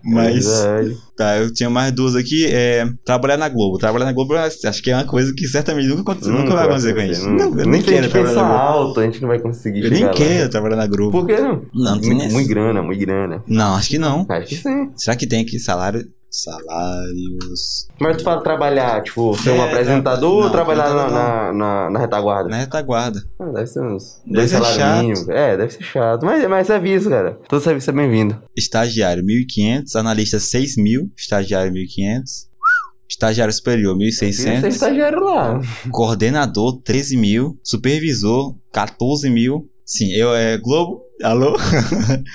S1: Mas.
S2: Verdade.
S1: Tá, eu tinha mais duas aqui. É. Trabalhar na Globo. Trabalhar na Globo acho que é uma coisa que certamente nunca aconteceu.
S2: Hum,
S1: Nunca, vai acontecer com a gente.
S2: Não,
S1: Não, eu
S2: nem
S1: nem
S2: se a
S1: quero
S2: gente
S1: trabalhar
S2: pensar
S1: na Globo.
S2: alto, a gente não vai conseguir
S1: Eu
S2: chegar
S1: nem
S2: lá.
S1: quero trabalhar na Globo.
S2: Por que não?
S1: Não, não tem
S2: Muito,
S1: essa.
S2: muito grana, muito grana.
S1: Não, acho que não.
S2: Acho que sim.
S1: Será que tem aqui salário? Salários.
S2: Mas tu fala trabalhar, tipo, ser um
S1: É,
S2: apresentador
S1: não,
S2: ou trabalhar na,
S1: apresentador
S2: na, na, na retaguarda?
S1: Na retaguarda.
S2: Ah, deve ser uns
S1: Deve
S2: dois
S1: ser chato.
S2: salários mínimos. É, deve ser chato. Mas, mas serviço, cara. Todo serviço é bem-vindo.
S1: Estagiário 1.500, analista 6.000, estagiário 1.500, estagiário superior
S2: Você ser
S1: 1.600,
S2: estagiário lá.
S1: coordenador 13.000, supervisor 14.000. Sim, eu é Globo, alô?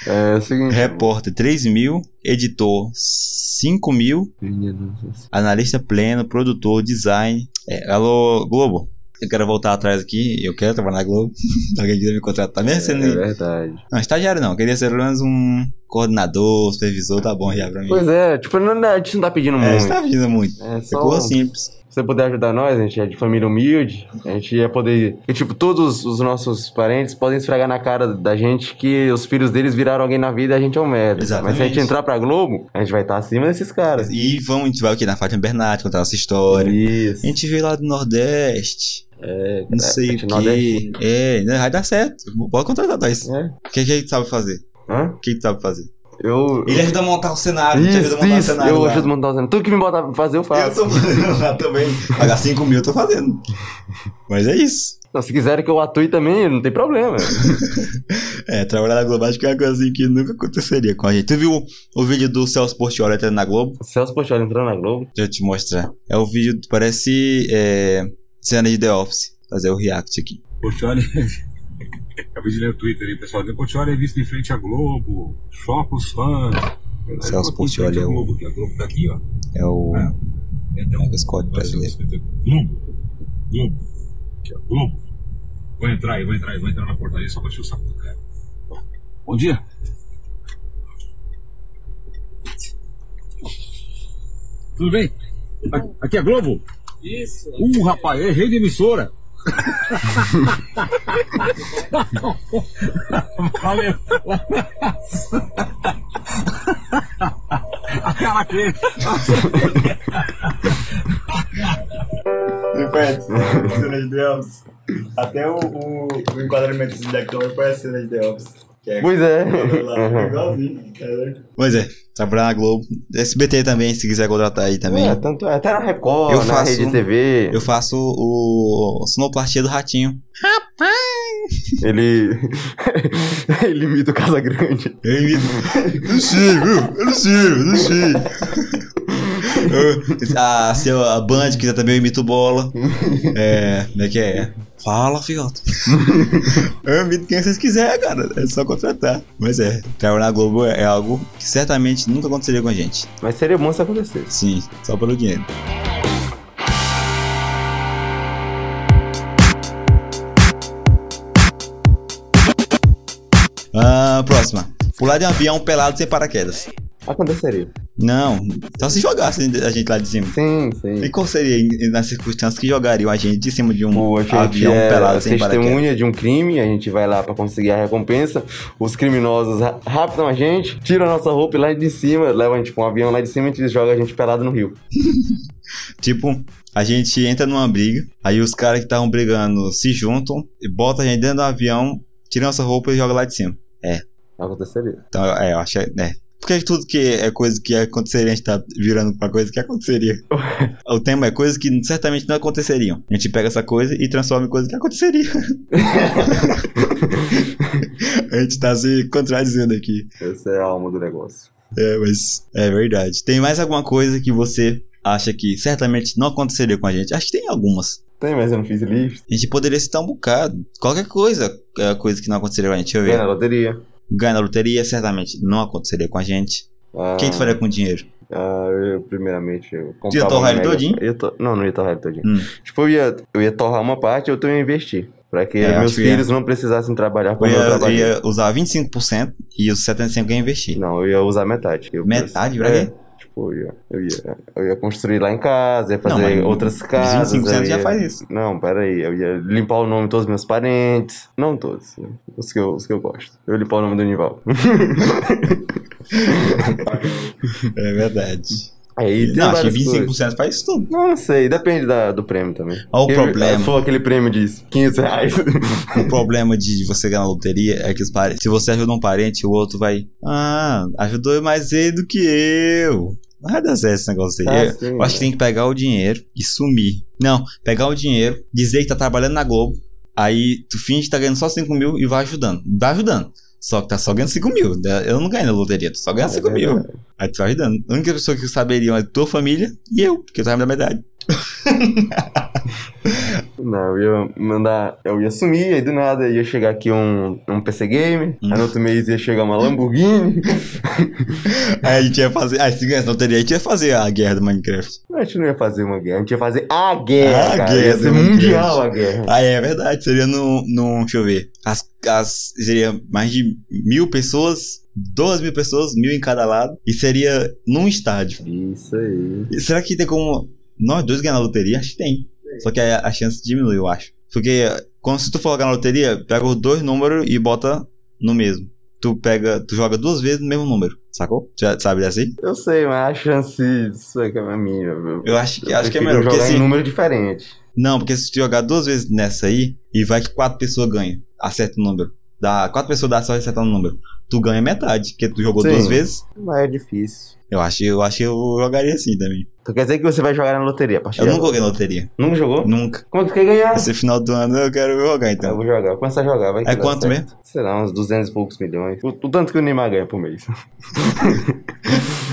S2: É, é o seguinte.
S1: Repórter 3.000, editor 5.000,
S2: Minha Deus.
S1: analista pleno, produtor, design. É, alô, Globo? Eu quero voltar atrás aqui, eu quero trabalhar na Globo. Alguém quiser me contratar, mesmo
S2: É,
S1: sendo...
S2: é verdade.
S1: Não, estagiário não, eu queria ser pelo menos um coordenador, supervisor, tá bom já pra mim.
S2: Pois é, tipo, não, não, a gente não tá pedindo
S1: é, você
S2: muito.
S1: tá pedindo muito.
S2: É só
S1: Ficou assim, simples.
S2: Se você puder ajudar nós, a gente é de família humilde, a gente ia poder. E, tipo, todos os nossos parentes podem esfregar na cara da gente que os filhos deles viraram alguém na vida e a gente é um merda. Mas se a
S1: Exatamente.
S2: gente entrar pra Globo, a gente vai estar acima desses caras.
S1: E vamos, a gente vai aqui na Fátima Bernardes contar nossa história.
S2: Isso.
S1: A gente veio lá do Nordeste. É, não sei o
S2: gente
S1: que.
S2: nordestina.
S1: É, não, vai dar certo. Pode contratar nós. O
S2: É.
S1: que, que a gente sabe fazer?
S2: Hã?
S1: O que a gente sabe fazer?
S2: Eu.
S1: Ele ajuda a montar o cenário. a gente ajuda a
S2: Isso,
S1: montar
S2: isso.
S1: o cenário.
S2: Eu
S1: lá.
S2: ajudo a montar o cenário. Tudo que me botar pra fazer, eu
S1: Eu
S2: faço.
S1: tô fazendo lá também. Pagar 5 mil, eu tô fazendo. Mas é isso.
S2: Não, se quiserem que eu atue também, não tem problema.
S1: É, trabalhar na Globo acho que é uma coisa assim que nunca aconteceria com a gente. Tu viu o, o vídeo do Celso Portiolli entrando na Globo?
S2: Celso Portiolli entrando na Globo.
S1: Deixa eu te mostrar. É o vídeo, parece é, cena de The Office. Fazer o react aqui.
S3: Portioli. Acabei de ler o Twitter aí, pessoal. dizendo, Portioli é visto em frente à Globo, choca os fãs. Verdade,
S1: Celso
S3: bota em frente
S1: Portiolli é
S3: à
S1: o-
S3: Globo, que a Globo tá aqui, ó.
S1: É o
S3: É. Então,
S1: Mega Squad
S3: vai ser
S1: brasileiro.
S3: o- Globo. Globo. Aqui, ó. Globo. Vou entrar aí, vou entrar aí, vou entrar na portaria só pra encher o saco do cara. Bom dia. Tudo bem? A- Aqui é Globo? Isso. Uh, rapaz, errei de emissora. Valeu. A cara que
S1: Não conhece né? cena de The Office. Até o, o, o enquadramento desse deck também parece cena de The Office. Que é
S2: Pois é.
S1: igualzinho. Pois é, trabalhar na Globo. SBT também, se quiser contratar aí também.
S2: É, tanto é. Até na Record,
S1: Eu
S2: na
S1: faço- um-
S2: Rede TV.
S1: Eu faço o sonoplastia do ratinho.
S2: Ele. ele imita o Casa Grande.
S1: Eu imito. não sei, viu? Eu não sei, eu não sei. Eu- A, se eu- a Band quiser também, eu imito bola. É, como é que é? Fala, filhote. eu imito quem vocês quiserem, cara. É só contratar. Mas é, trabalhar na Globo é algo que certamente nunca aconteceria com a gente.
S2: Mas seria bom se acontecesse.
S1: Sim, só pelo dinheiro. Ah, próxima. Pular de um avião pelado sem paraquedas.
S2: Aconteceria.
S1: Não, só se jogasse a gente lá de cima.
S2: Sim, sim.
S1: E qual seria em- nas circunstâncias que jogariam a gente de cima de um
S2: Tipo, a gente
S1: avião
S2: é
S1: pelado sem paraquedas?
S2: testemunha de um crime, a gente vai lá pra conseguir a recompensa. Os criminosos ra- raptam a gente, tiram a nossa roupa e lá de cima, levam a gente pra um avião lá de cima e eles jogam a gente pelado no rio.
S1: Tipo, a gente entra numa briga, aí os caras que estavam brigando se juntam e botam a gente dentro do avião, tiram nossa roupa e jogam lá de cima.
S2: Aconteceria.
S1: Então, é, eu acho que é. Por que tudo que é coisa que aconteceria a gente tá virando pra coisa que aconteceria? o tema é coisas que certamente não aconteceriam. A gente pega essa coisa e transforma em coisa que aconteceria. a gente tá se contradizendo aqui.
S2: Essa é a alma do negócio.
S1: É, mas é verdade. Tem mais alguma coisa que você acha que certamente não aconteceria com a gente? Acho que tem algumas.
S2: Tem, mas eu não fiz lista.
S1: A gente poderia citar um bocado. Qualquer coisa é coisa que não aconteceria com a gente. Deixa eu
S2: Ganhei
S1: ver.
S2: na loteria.
S1: Ganhar na loteria certamente não aconteceria com a gente.
S2: Ah,
S1: O que a gente faria com o dinheiro?
S2: ah, eu, primeiramente, eu comprava...
S1: Ia torrar
S2: uma
S1: ele
S2: mega-
S1: todinho?
S2: Eu to- Não, não ia torrar ele todinho.
S1: Hum.
S2: Tipo, eu ia, eu ia torrar uma parte e outra eu ia investir. Pra que
S1: É,
S2: meus
S1: acho que ia.
S2: filhos não precisassem trabalhar
S1: Eu
S2: como eu,
S1: ia, eu
S2: trabalhei.
S1: ia usar 25% e os 75% eu ia investir.
S2: Não, eu ia usar metade. Eu-
S1: Metade pra
S2: É,
S1: quê?
S2: Tipo, eu ia, eu, ia, eu ia construir lá em casa, ia
S1: Não,
S2: fazer
S1: mas
S2: outras casas.
S1: 25%
S2: eu
S1: já
S2: ia-
S1: faz isso.
S2: Não, peraí, eu ia limpar o nome de todos os meus parentes. Não todos, os que eu, os que eu gosto. Eu ia limpar o nome do Nival.
S1: É verdade.
S2: Aí tem
S1: não, acho que
S2: várias
S1: 25%
S2: coisas.
S1: faz isso tudo.
S2: Não, não sei, depende da, do prêmio também.
S1: Olha o
S2: Eu-
S1: problema.
S2: Se for aquele prêmio de 15 reais.
S1: O problema de você ganhar na loteria é que os pare- se você ajuda um parente, o outro vai. Ah, ajudou mais ele do que eu. Não vai dar certo esse negócio aí.
S2: Ah,
S1: Eu-
S2: sim,
S1: eu acho que tem que pegar o dinheiro e sumir. Não, pegar o dinheiro, dizer que tá trabalhando na Globo, aí tu finge que tá ganhando só 5 mil e vai ajudando. Vai ajudando. Só que tá só ganhando 5 mil. né? Eu não ganho na loteria, tu só ganha 5 mil. Aí tu vai ajudando. A única pessoa que saberiam é tua família e eu, porque eu tava na metade.
S2: Não, eu ia mandar. Eu ia sumir, aí do nada ia chegar aqui um, um PC Game, aí no outro mês ia chegar uma Lamborghini.
S1: Aí a gente ia fazer. Aí se ganhasse na loteria, a gente ia fazer a guerra do Minecraft.
S2: Não, A gente não ia fazer uma guerra, a gente ia fazer a guerra.
S1: A
S2: cara.
S1: guerra
S2: Ia ser
S1: do mundo
S2: mundial a guerra.
S1: Ah, é verdade. Seria num. num deixa eu ver. As, as, seria mais de mil pessoas, duas mil pessoas, mil em cada lado. E seria num estádio.
S2: Isso aí.
S1: E será que tem como nós dois ganhar na loteria? Acho que tem. Só que a, a chance diminui, eu acho. Porque quando se tu for ganhar na loteria, pega os dois números e bota no mesmo. Tu pega, tu joga duas vezes no mesmo número, sacou? Já sabe dessa aí?
S2: Eu sei, mas a chance disso é que é minha. Eu,
S1: Eu acho que, acho que é
S2: prefiro
S1: melhor. Porque
S2: jogar em um.
S1: se,
S2: número diferente.
S1: Não, porque se tu jogar duas vezes nessa aí, e vai que quatro pessoas ganham, acerta o número. Dá, quatro pessoas dá só acertar o número. Tu ganha metade, porque tu jogou
S2: Sim.
S1: duas vezes.
S2: Mas é difícil.
S1: Eu acho, eu acho que eu jogaria assim também.
S2: Então quer dizer que você vai jogar na loteria a partir
S1: Eu
S2: de
S1: nunca
S2: agora?
S1: joguei na loteria.
S2: Nunca jogou?
S1: Nunca.
S2: Quanto quer ganhar?
S1: Esse final do ano eu quero jogar
S2: Eu
S1: então.
S2: vou jogar, vou começar a jogar. Vai que
S1: É
S2: dá
S1: quanto
S2: certo.
S1: mesmo?
S2: Sei lá, uns 200 e poucos milhões. O, o tanto que o Neymar ganha por mês.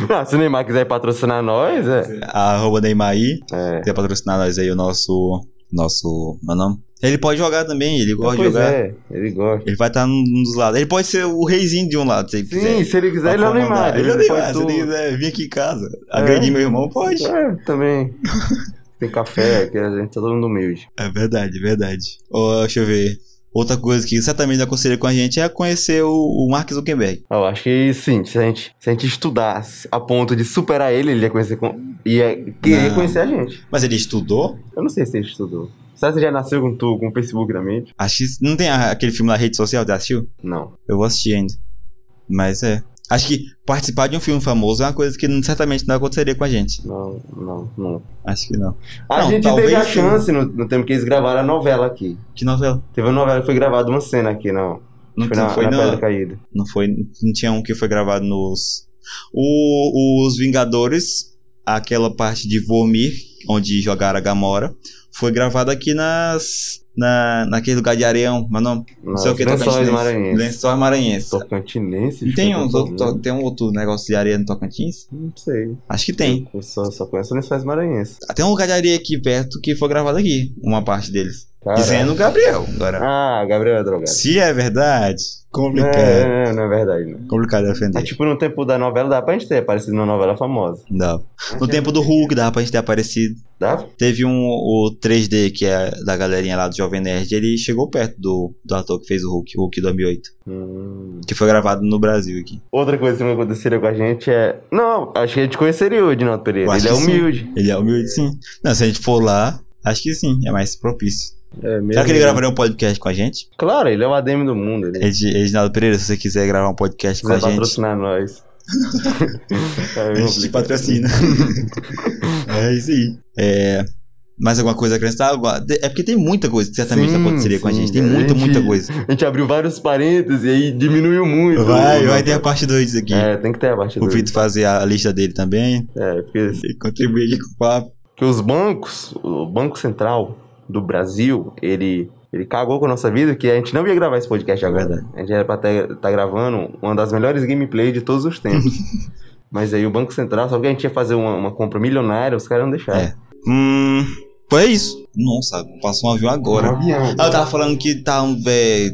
S2: Não, se o Neymar quiser patrocinar nós, é.
S1: Arroba Neymar aí,
S2: é.
S1: quer patrocinar nós aí o nosso. Nosso. Meu nome. Ele pode jogar também, ele gosta de
S2: Pois
S1: jogar.
S2: é, ele gosta.
S1: Ele vai estar num dos lados. Ele pode ser o reizinho de um lado, se ele
S2: Sim,
S1: quiser.
S2: se ele quiser,
S1: Pra
S2: ele é o
S1: comandar.
S2: Neymar.
S1: Ele é o Neymar.
S2: faz
S1: Se ele
S2: tudo.
S1: quiser vir aqui em casa, agredir meu irmão, pode.
S2: É, também. Tem café, que a gente tá todo mundo humilde.
S1: É verdade, é verdade. Ó, deixa eu ver. Outra coisa que certamente aconselha com a gente é conhecer o, o Mark Zuckerberg.
S2: Eu acho que sim, se a, gente, se a gente estudasse a ponto de superar ele, ele ia conhecer. Com, ia querer
S1: Não.
S2: conhecer a gente.
S1: Mas ele estudou?
S2: Eu não sei se ele estudou. Será que você já nasceu com tu, com o Facebook na mente?
S1: Acho que não tem a- aquele filme na rede social, já assistiu?
S2: Não.
S1: Eu vou assistir ainda. Mas é. Acho que participar de um filme famoso é uma coisa que certamente não aconteceria com a gente.
S2: Não, não, não.
S1: Acho que não.
S2: A
S1: Não,
S2: gente
S1: talvez
S2: teve a
S1: sim.
S2: chance no, no tempo que eles gravaram a novela aqui.
S1: Que novela?
S2: Teve uma novela que foi gravada uma cena aqui, não.
S1: Não
S2: foi na,
S1: foi,
S2: na
S1: não.
S2: Pedra Caída.
S1: Não foi. Não tinha um que foi gravado nos. O, os Vingadores, aquela parte de Vormir, onde jogaram a Gamora, foi gravado aqui nas. Na, naquele lugar de areião, mas não, não
S2: Não,
S1: sei o que,
S2: Lençóis
S1: Tocantins.
S2: Maranhenses.
S1: Lençóis Maranhenses.
S2: Tocantinense?
S1: Tem, uns
S2: Tocantinense.
S1: outro, to- tem um outro negócio de areia no Tocantins?
S2: Não sei.
S1: Acho que tem.
S2: Eu só, só conheço Lençóis Maranhenses.
S1: Tem um lugar de areia aqui perto que foi gravado aqui, uma parte deles.
S2: Caralho.
S1: Dizendo o Gabriel. Agora,
S2: Ah, o Gabriel é drogado.
S1: se é verdade,
S2: Não,
S1: complicado.
S2: não, não, não é verdade, não.
S1: Complicado defender.
S2: Mas, tipo, no tempo da novela dá pra gente ter aparecido numa novela famosa.
S1: Dá.
S2: é
S1: No tempo
S2: tipo,
S1: do Hulk, dava pra gente ter aparecido.
S2: Dá?
S1: Teve um o 3D, que é da galerinha lá do Jovem Nerd, ele chegou perto do, do ator que fez o Hulk, o Hulk 2008,
S2: Hum.
S1: que foi gravado no Brasil aqui.
S2: Outra coisa que não aconteceria com a gente é. Não, acho que a gente conheceria o Edinaldo
S1: Eu
S2: Pereira.
S1: acho
S2: Ele é
S1: que sim.
S2: humilde.
S1: Ele é humilde, sim. Não, se a gente for lá, acho que sim, é mais propício.
S2: É mesmo.
S1: Será que ele gravaria um podcast com a gente?
S2: Claro, ele é o ADM do mundo. Ele
S1: Edi- Edinaldo Pereira, se você quiser gravar um podcast com a
S2: quiser
S1: gente,
S2: patrocinar nós. é,
S1: a gente te
S2: complicado.
S1: patrocina. Tá é isso aí. É. Mais alguma coisa a acrescentar? Alguma- É porque tem muita coisa que certamente
S2: Sim,
S1: aconteceria com a
S2: sim,
S1: gente. Tem
S2: a
S1: muita,
S2: gente-
S1: muita coisa.
S2: A gente abriu vários parênteses e aí diminuiu muito.
S1: Vai,
S2: Não,
S1: vai ter a parte 2 aqui.
S2: É, tem que ter a parte
S1: O
S2: do.
S1: Vitor fazer a lista dele também.
S2: É, porque
S1: E contribuir aqui com o papo.
S2: que os bancos, o Banco Central do Brasil, ele, ele cagou com a nossa vida, que a gente não ia gravar esse podcast agora.
S1: Verdade.
S2: A gente era pra estar gravando uma das melhores gameplays de todos os tempos. Mas aí o Banco Central, só que a gente ia fazer uma, uma compra milionária, os caras não deixaram.
S1: É. Hum. Foi isso. Nossa, passou um avião agora. Ah, eu tava falando que estavam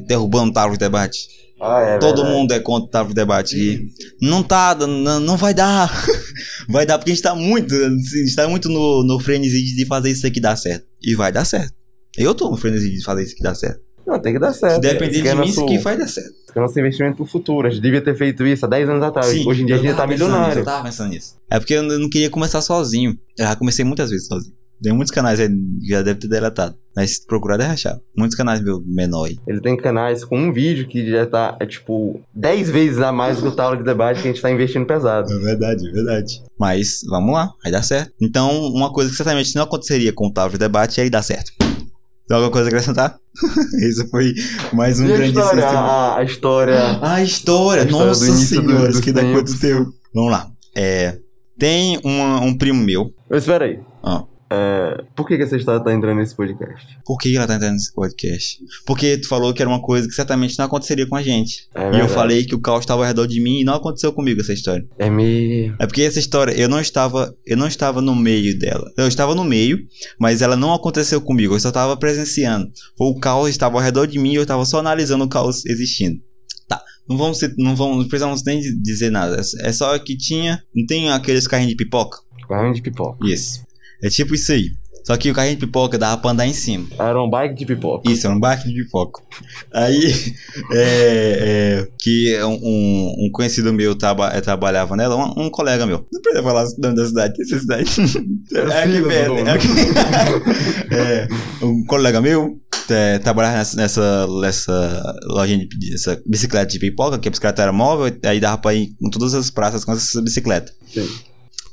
S1: derrubando o Tavo de Debate.
S2: Ah, é
S1: Todo
S2: verdade.
S1: mundo é contra o Tavo de Debate. E não tá, dando- não, não vai dar. Vai dar porque a gente tá muito, assim, a gente tá muito no, no frenesi de fazer isso aqui dar certo. E vai dar certo. Eu tô no frenesi de fazer isso aqui dar certo.
S2: Não, tem que dar
S1: Se
S2: certo.
S1: depender de
S2: Esse
S1: mim,
S2: é
S1: isso
S2: nosso,
S1: aqui vai dar certo.
S2: esse é nosso investimento pro futuro. A gente devia ter feito isso há 10 anos atrás.
S1: Sim,
S2: Hoje em dia a
S1: eu
S2: gente tá
S1: tava pensando nisso,
S2: milionário.
S1: Eu tava pensando nisso. É porque eu não queria começar sozinho. Eu já comecei muitas vezes sozinho. Tem muitos canais aí que já deve ter deletado. Mas se procurar é rachar. Muitos canais meu menor aí.
S2: Ele tem canais com um vídeo que já tá, é, tipo, 10 vezes a mais do que o Tauro de Debate que a gente tá investindo pesado.
S1: verdade, é verdade. Mas vamos lá, vai dar certo. Então, uma coisa que certamente não aconteceria com o Tavro de Debate é aí dar certo. Tem alguma coisa a acrescentar? Isso foi mais um
S2: e a
S1: grande
S2: história, Ah, a, a história.
S1: A história,
S2: A história do
S1: nossa
S2: início do-
S1: senhora,
S2: dos
S1: que dá
S2: tempos.
S1: quanto tempo. Vamos lá. É, tem uma- um primo meu.
S2: Mas espera aí.
S1: Ah.
S2: É, por que, que essa história tá entrando nesse podcast?
S1: Por que ela tá entrando nesse podcast? Porque tu falou que era uma coisa que certamente não aconteceria com a gente.
S2: É
S1: e eu
S2: verdade.
S1: falei que o caos estava ao redor de mim e não aconteceu comigo essa história.
S2: É meio.
S1: É porque essa história, eu não estava, eu não estava no meio dela. Eu estava no meio, mas ela não aconteceu comigo, eu só estava presenciando. O caos estava ao redor de mim e eu estava só analisando o caos existindo. Tá. Não vamos, ser- não vamos, não precisamos nem de- dizer nada. É é só que tinha, não tem aqueles carrinhos de pipoca?
S2: Carrinho de pipoca.
S1: Isso. É tipo isso aí. Só que o carrinho de pipoca dava pra andar em cima.
S2: Era um bike de pipoca.
S1: Isso, é um barco de pipoca. Aí, é, é, que um, um- um conhecido meu traba- é, trabalhava nela, um, um colega meu. Não precisa falar o nome da cidade, que essa cidade. É aqui
S2: Silas o
S1: perto.
S2: nome.
S1: É aqui- É, um colega meu é, trabalhava nessa, nessa, nessa lojinha de pi- essa bicicleta de pipoca, que a bicicleta era móvel, aí dava pra ir em todas as praças com essa bicicleta.
S2: Sim.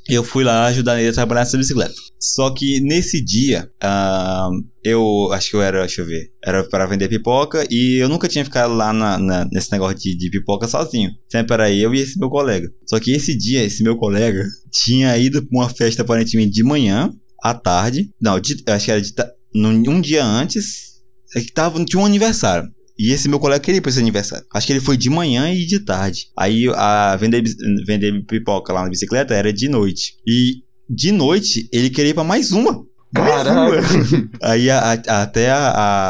S1: Eu fui lá ajudar ele a trabalhar nessa bicicleta. Só que nesse dia, ah, eu acho que eu era, deixa eu ver, era para vender pipoca e eu nunca tinha ficado lá na- na- nesse negócio de, de pipoca sozinho. Sempre era eu e esse meu colega. Só que esse dia, esse meu colega tinha ido pra uma festa aparentemente de manhã, à tarde, não, de- acho que era de, ta- num- um dia antes, é que tava, tinha um aniversário. E esse meu colega queria ir pra esse aniversário. Acho que ele foi de manhã e de tarde. Aí a vender, bis- vender pipoca lá na bicicleta era de noite. E de noite ele queria ir pra mais uma. Mais
S2: Caraca.
S1: uma. Aí a- a- até a, a,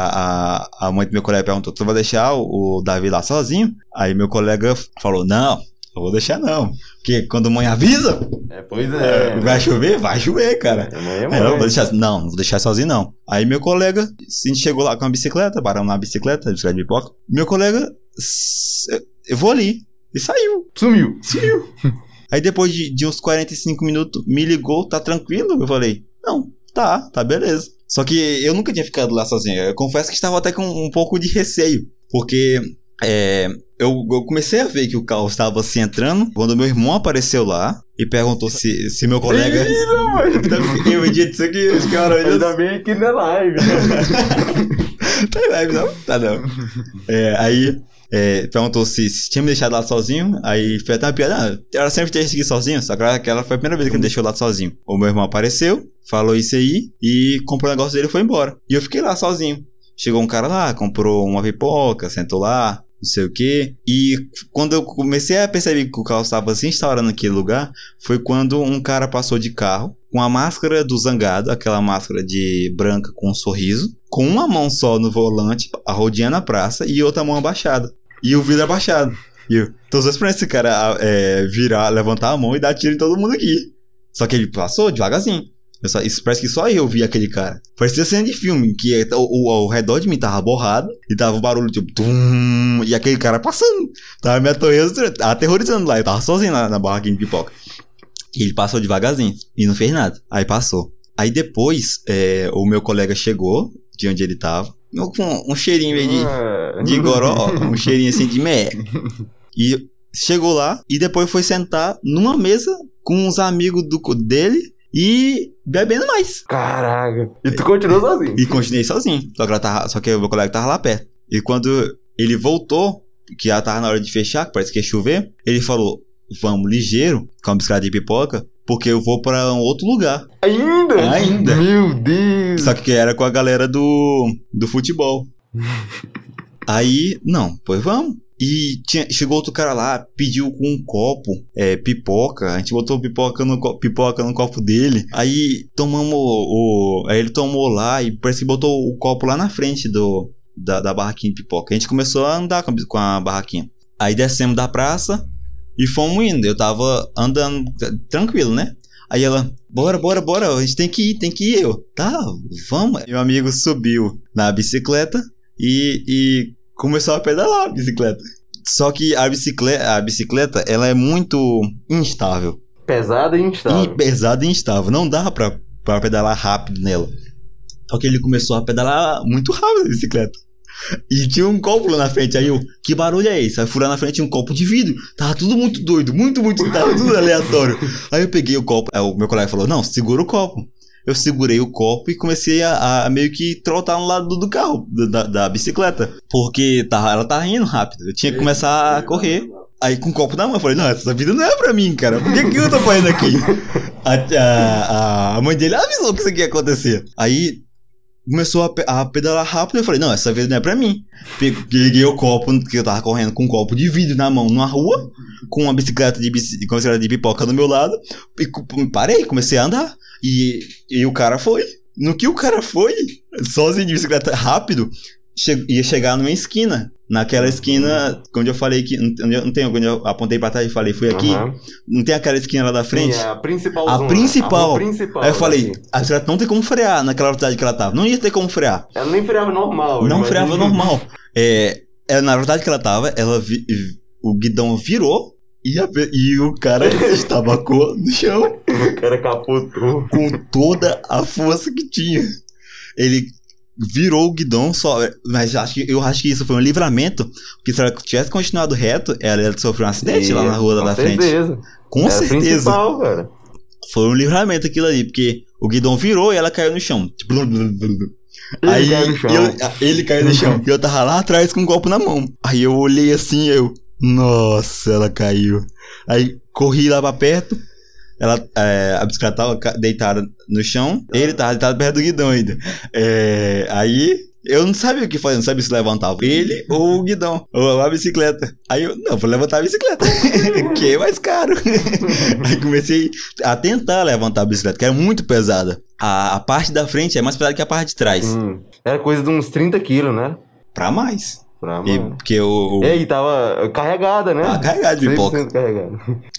S1: a- a mãe do meu colega perguntou: Tu vai deixar o, o Davi lá sozinho? Aí meu colega falou: Não, não vou deixar não. Porque quando mãe avisa,
S2: É, pois é.
S1: vai chover? Vai chover, cara.
S2: É, mãe, é
S1: Aí ela,
S2: mãe.
S1: vou deixar- não, não vou deixar sozinho, não. Aí meu colega, a gente chegou lá com a bicicleta, paramos na bicicleta, bicicleta de pipoca. Meu colega, "S- eu- eu vou ali. E saiu.
S2: Sumiu.
S1: Aí depois de, de uns 45 minutos, me ligou, tá tranquilo? Eu falei, não, tá, tá beleza. Só que eu nunca tinha ficado lá sozinho. Eu confesso que estava até com um pouco de receio. Porque é, eu, eu comecei a ver que o carro estava se entrando quando meu irmão apareceu lá e perguntou se, se meu colega. Então, eu edito isso aqui, os caras. assim,
S2: Ainda bem que não é live. né?
S1: Tá em live, não? Tá não. É, aí é, perguntou se, se tinha me deixado lá sozinho. Aí foi até uma piada. Ah, ela sempre deixa aqui sozinho, só que ela- aquela foi a primeira vez que me deixou lá sozinho. O meu irmão apareceu, falou isso aí e comprou o negócio dele e foi embora. E eu fiquei lá sozinho. Chegou um cara lá, comprou uma pipoca, sentou lá, não sei o quê. E quando eu comecei a perceber que o carro estava se instaurando naquele lugar, foi quando um cara passou de carro com a máscara do Zangado, aquela máscara de branca com um sorriso, com uma mão só no volante, arrodeando a praça, e outra mão abaixada. E o vidro abaixado. E eu, tô só esperando esse cara é, virar, levantar a mão e dar tiro em todo mundo aqui. Só que ele passou devagarzinho. Eu só, isso parece que só eu vi aquele cara. Parecia cena de filme, que é- o, o, o redor de mim tava borrado e tava o barulho tipo tum, e aquele cara passando. Tava me aterrorizando, aterrorizando lá. Eu tava sozinho lá na barraquinha de pipoca. E ele passou devagarzinho e não fez nada. Aí passou. Aí depois, é, o meu colega chegou de onde ele tava, com um cheirinho meio de
S2: Ah.
S1: de goró, um cheirinho assim de mé. E chegou lá e depois foi sentar numa mesa com uns amigos do, co- dele e bebendo mais.
S2: Caraca. E tu continuou sozinho.
S1: E continuei sozinho. Só que, ela tava, só que o meu colega tava lá perto. E quando ele voltou, que já tava na hora de fechar, que parece que ia chover, ele falou: Vamos ligeiro, com a biscada de pipoca, porque eu vou pra um outro lugar.
S2: Ainda?
S1: Ainda.
S2: Meu Deus.
S1: Só que era com a galera do, do futebol. Aí, não, pois vamos. E tinha- chegou outro cara lá, pediu com um copo, é, pipoca. A gente botou pipoca no, co- pipoca no copo dele. Aí tomamos o, o- Aí ele tomou lá e parece que botou o copo lá na frente do, da, da barraquinha de pipoca. A gente começou a andar com a, bis- com a barraquinha. Aí descemos da praça e fomos indo. Eu tava andando t- tranquilo, né? Aí ela, bora, bora, bora, a gente tem que ir, tem que ir. Eu, tá, vamos. Meu amigo subiu na bicicleta e, e começou a pedalar a bicicleta. Só que a bicicleta, a bicicleta, ela é muito instável.
S2: Pesada e instável.
S1: In- pesada e instável. Não dá pra, pra pedalar rápido nela. Só que ele começou a pedalar muito rápido a bicicleta. E tinha um copo lá na frente. Aí eu, que barulho é esse? Aí fui lá na frente tinha um copo de vidro. Tava tudo muito doido, muito, muito. Tava tudo aleatório. Aí eu peguei o copo. Aí o meu colega falou: Não, segura o copo. Eu segurei o copo e comecei a, a meio que trotar no lado do, do carro, do- da, da bicicleta. Porque tava, ela tava indo rápido. Eu tinha que começar a correr. Aí com o copo na mão, eu falei, não, essa vida não é pra mim, cara. Por que, que eu tô fazendo aqui? A, a- a mãe dele avisou que isso aqui ia acontecer. Aí começou a, pe- a pedalar rápido, eu falei, não, essa vida não é pra mim. Pe- Peguei o copo, que eu tava correndo com um copo de vidro na mão numa rua, com uma bicicleta de, bici- com uma bicicleta de pipoca do meu lado, e co- parei, comecei a andar. E, e o cara foi. No que o cara foi, sozinho de bicicleta rápido, che- ia chegar numa esquina. Naquela esquina, onde eu falei que. Onde eu, não tem, onde eu apontei pra trás e falei, fui aqui.
S2: Aham.
S1: Não tem aquela esquina lá da frente?
S2: Sim, a principal.
S1: A
S2: zona.
S1: principal.
S2: A rua principal.
S1: Aí eu falei,
S2: assim.
S1: a bicicleta não tem como frear naquela velocidade que ela tava. Não ia ter como frear.
S2: Ela nem freava normal.
S1: Não
S2: imagina.
S1: freava normal. É, é, na velocidade que ela tava, ela vi- o guidão virou e, a pe- e o cara estabacou no chão.
S2: O cara capotou.
S1: com toda a força que tinha. Ele virou o guidão só, mas acho que, eu acho que isso foi um livramento, porque se ela tivesse continuado reto, ela ia sofrer um acidente lá na rua lá
S2: Com
S1: da frente.
S2: certeza.
S1: Com
S2: Era a
S1: certeza.
S2: principal, cara.
S1: Foi um livramento aquilo ali, porque o guidão virou e ela caiu no chão. Tipo, blum, blum, blum, blum.
S2: Ele
S1: aí
S2: caiu no chão.
S1: eu- a- ele caiu no chão. E eu tava lá atrás com um copo na mão. Aí eu olhei assim, eu, nossa, ela caiu. Aí corri lá pra perto. Ela, é, a bicicleta tava ca- deitada no chão. Ele tava deitado perto do guidão ainda. É, aí eu não sabia o que fazer, não sabia se levantava ele ou o guidão, ou a bicicleta. Aí eu, não, vou levantar a bicicleta, que é mais caro. Aí comecei a tentar levantar a bicicleta, que era muito pesada. A, a parte da frente é mais pesada que a parte de trás.
S2: Hum. Era coisa de uns 30 quilos, né?
S1: Pra mais.
S2: Pra
S1: E,
S2: mano.
S1: porque o.
S2: E aí, tava carregada, né?
S1: Tá carregado de pipoca.
S2: 100% carregada.